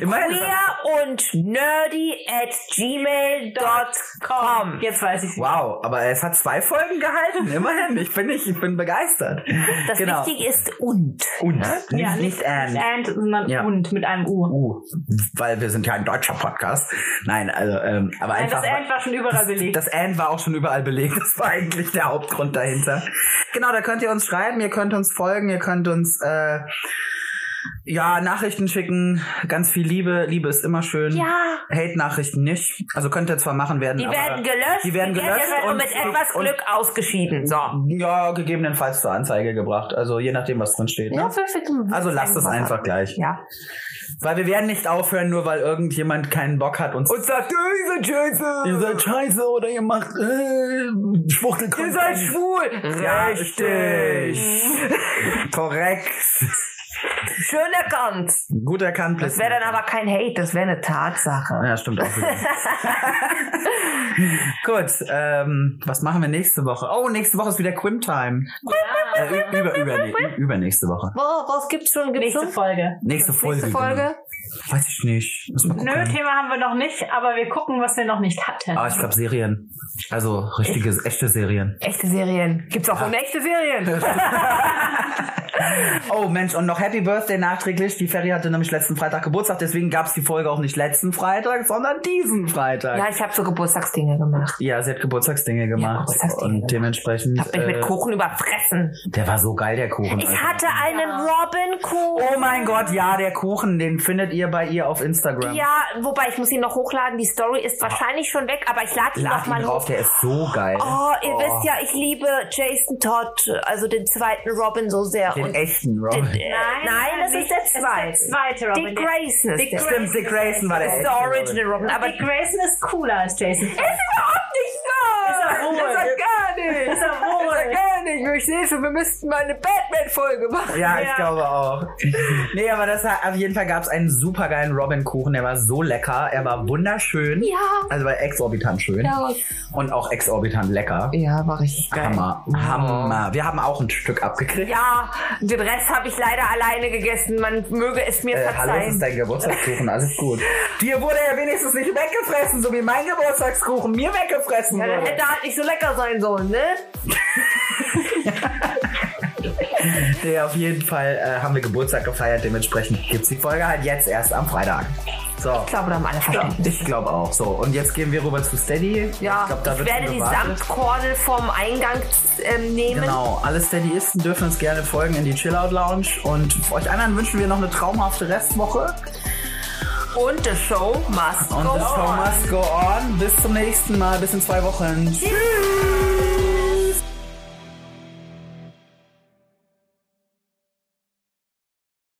S4: Immerhin.
S1: Queer und nerdy at gmail.com.
S12: Jetzt weiß ich
S4: Wow, aber es hat zwei Folgen gehalten. Immerhin. Ich bin, nicht, ich bin begeistert.
S1: Das
S4: genau.
S1: Wichtige ist und.
S4: Und. Nicht,
S12: Ja,
S4: nicht and.
S12: And, sondern
S4: Ja.
S12: und mit einem U.
S4: Uh, weil wir sind ja ein deutscher Podcast. Nein, also, ähm, aber
S12: Nein,
S4: einfach.
S12: das And war schon überall belegt.
S4: das And war auch schon überall belegt. Das war eigentlich der Hauptgrund dahinter. Genau, da könnt ihr uns schreiben, ihr könnt uns folgen, ihr könnt uns äh, Ja, Nachrichten schicken, ganz viel Liebe. Liebe ist immer schön.
S1: Ja,
S4: Hate-Nachrichten nicht. Also könnt ihr zwar machen werden,
S1: die
S4: aber
S1: werden gelöscht.
S4: die werden gelöscht
S1: und,
S4: und-
S1: mit etwas
S4: und-
S1: Glück ausgeschieden. So.
S4: Hm. ja, gegebenenfalls zur Anzeige gebracht. Also je nachdem, was drin steht. Ne? Also lasst es einfach gleich.
S1: Ja.
S4: Weil wir werden nicht aufhören, nur weil irgendjemand keinen Bock hat uns.
S1: Und sagt, ihr seid scheiße.
S4: Ihr seid scheiße oder ihr macht äh, Schwuchtel.
S1: Ihr seid schwul.
S4: Ja,
S1: Korrekt. Schön erkannt.
S4: Gut erkannt.
S1: Das wäre dann aber kein Hate, das wäre eine Tatsache.
S4: Ah, Ja, stimmt auch. wieder. Gut, ähm, was machen wir nächste Woche? Oh, nächste Woche ist wieder Quim-Time. Äh, ü- über, über, ü- übernächste Woche.
S1: Boah, was gibt's schon? Gibt's
S12: Nächste
S1: schon?
S12: Folge.
S4: Nächste Folge.
S1: Nächste Folge?
S4: Genau. Weiß ich nicht. Muss mal gucken.
S12: Nö, Thema haben wir noch nicht, aber wir gucken, was wir noch nicht hatten.
S4: Aber ich glaube Serien. Also richtige, echte Serien.
S1: Echte Serien. Gibt's auch ohne echte Serien.
S4: Oh Mensch, und noch Happy Birthday nachträglich. Die Ferry hatte nämlich letzten Freitag Geburtstag, deswegen gab es die Folge auch nicht letzten Freitag, sondern diesen Freitag.
S1: Ja, ich habe so Geburtstagsdinge gemacht.
S4: Ja, sie hat Geburtstagsdinge gemacht.
S1: Geburtstagsdinge
S4: und
S1: gemacht.
S4: dementsprechend.
S1: Ich hab mich mit
S4: äh,
S1: Kuchen überfressen.
S4: der war so geil, der Kuchen.
S1: Ich
S4: Alter.
S1: hatte einen Robin-Kuchen.
S4: Oh mein Gott, ja, der Kuchen, den findet ihr bei ihr auf Instagram.
S1: Ja, wobei ich muss ihn noch hochladen. Die Story ist wahrscheinlich schon weg, aber ich lade ihn
S4: Lad
S1: noch mal
S4: ihn drauf,
S1: hoch.
S4: der ist so geil.
S1: Oh, ihr wisst ja, ich liebe Jason Todd, also den zweiten Robin so sehr.
S4: Den [laughs]
S1: Und
S4: echten
S1: den,
S4: Robin.
S1: äh, nein, das
S12: nicht.
S1: ist der
S12: Das
S1: zweite.
S12: zweite Robin.
S1: Dick
S12: Der-
S1: Grayson ist
S12: Dick
S1: der.
S12: Grayson.
S4: Stimmt, Dick Grayson war der
S1: Das ist
S4: echte
S1: der Original Robin. Aber
S12: Dick Grayson ist cooler als Jason. Ist
S1: überhaupt nicht wahr!
S12: Ist er wohl.
S1: Ist er gar nicht!
S12: Ist er wohl.
S1: Ist er gar nicht! Ich sehe schon, wir müssten mal eine Batman-Folge machen.
S4: Ja, ich glaube auch. Nee, aber das war, auf jeden Fall gab es einen super geilen Robin-Kuchen. Der war so lecker. Er war wunderschön.
S1: Ja.
S4: Also war exorbitant schön. Und auch exorbitant lecker.
S6: Ja, war richtig geil. Oh.
S4: Hammer, Hammer. Wir haben auch ein Stück abgekriegt.
S1: Ja, den Rest habe ich leider alleine gegessen. Man möge es mir
S4: Äh, hallo, es ist
S1: verzeihen.
S4: dein Geburtstagskuchen, alles gut. Dir wurde ja wenigstens nicht weggefressen, so wie mein Geburtstagskuchen mir weggefressen
S1: Ja, dann
S4: wurde.
S1: hätte er halt nicht so lecker sein sollen, ne?
S4: Nee, auf jeden Fall äh, haben wir Geburtstag gefeiert. Dementsprechend gibt's die Folge halt jetzt erst am Freitag. So.
S1: Ich glaube, da haben alle verstanden.
S4: Ich glaube auch. So, und jetzt gehen wir rüber zu Steady.
S1: Ja, ich,
S4: glaub, da wird
S1: werde
S4: schon
S1: die
S4: gewartet.
S1: Samtkordel vom Eingang ähm, nehmen.
S4: Genau, alle Steadyisten dürfen uns gerne folgen in die Chillout Lounge. Und euch anderen wünschen wir noch eine traumhafte Restwoche.
S1: Und the show must
S4: Und
S1: go
S4: the show
S1: on.
S4: must go on. Bis zum nächsten Mal, bis in zwei Wochen.
S1: Tschüss.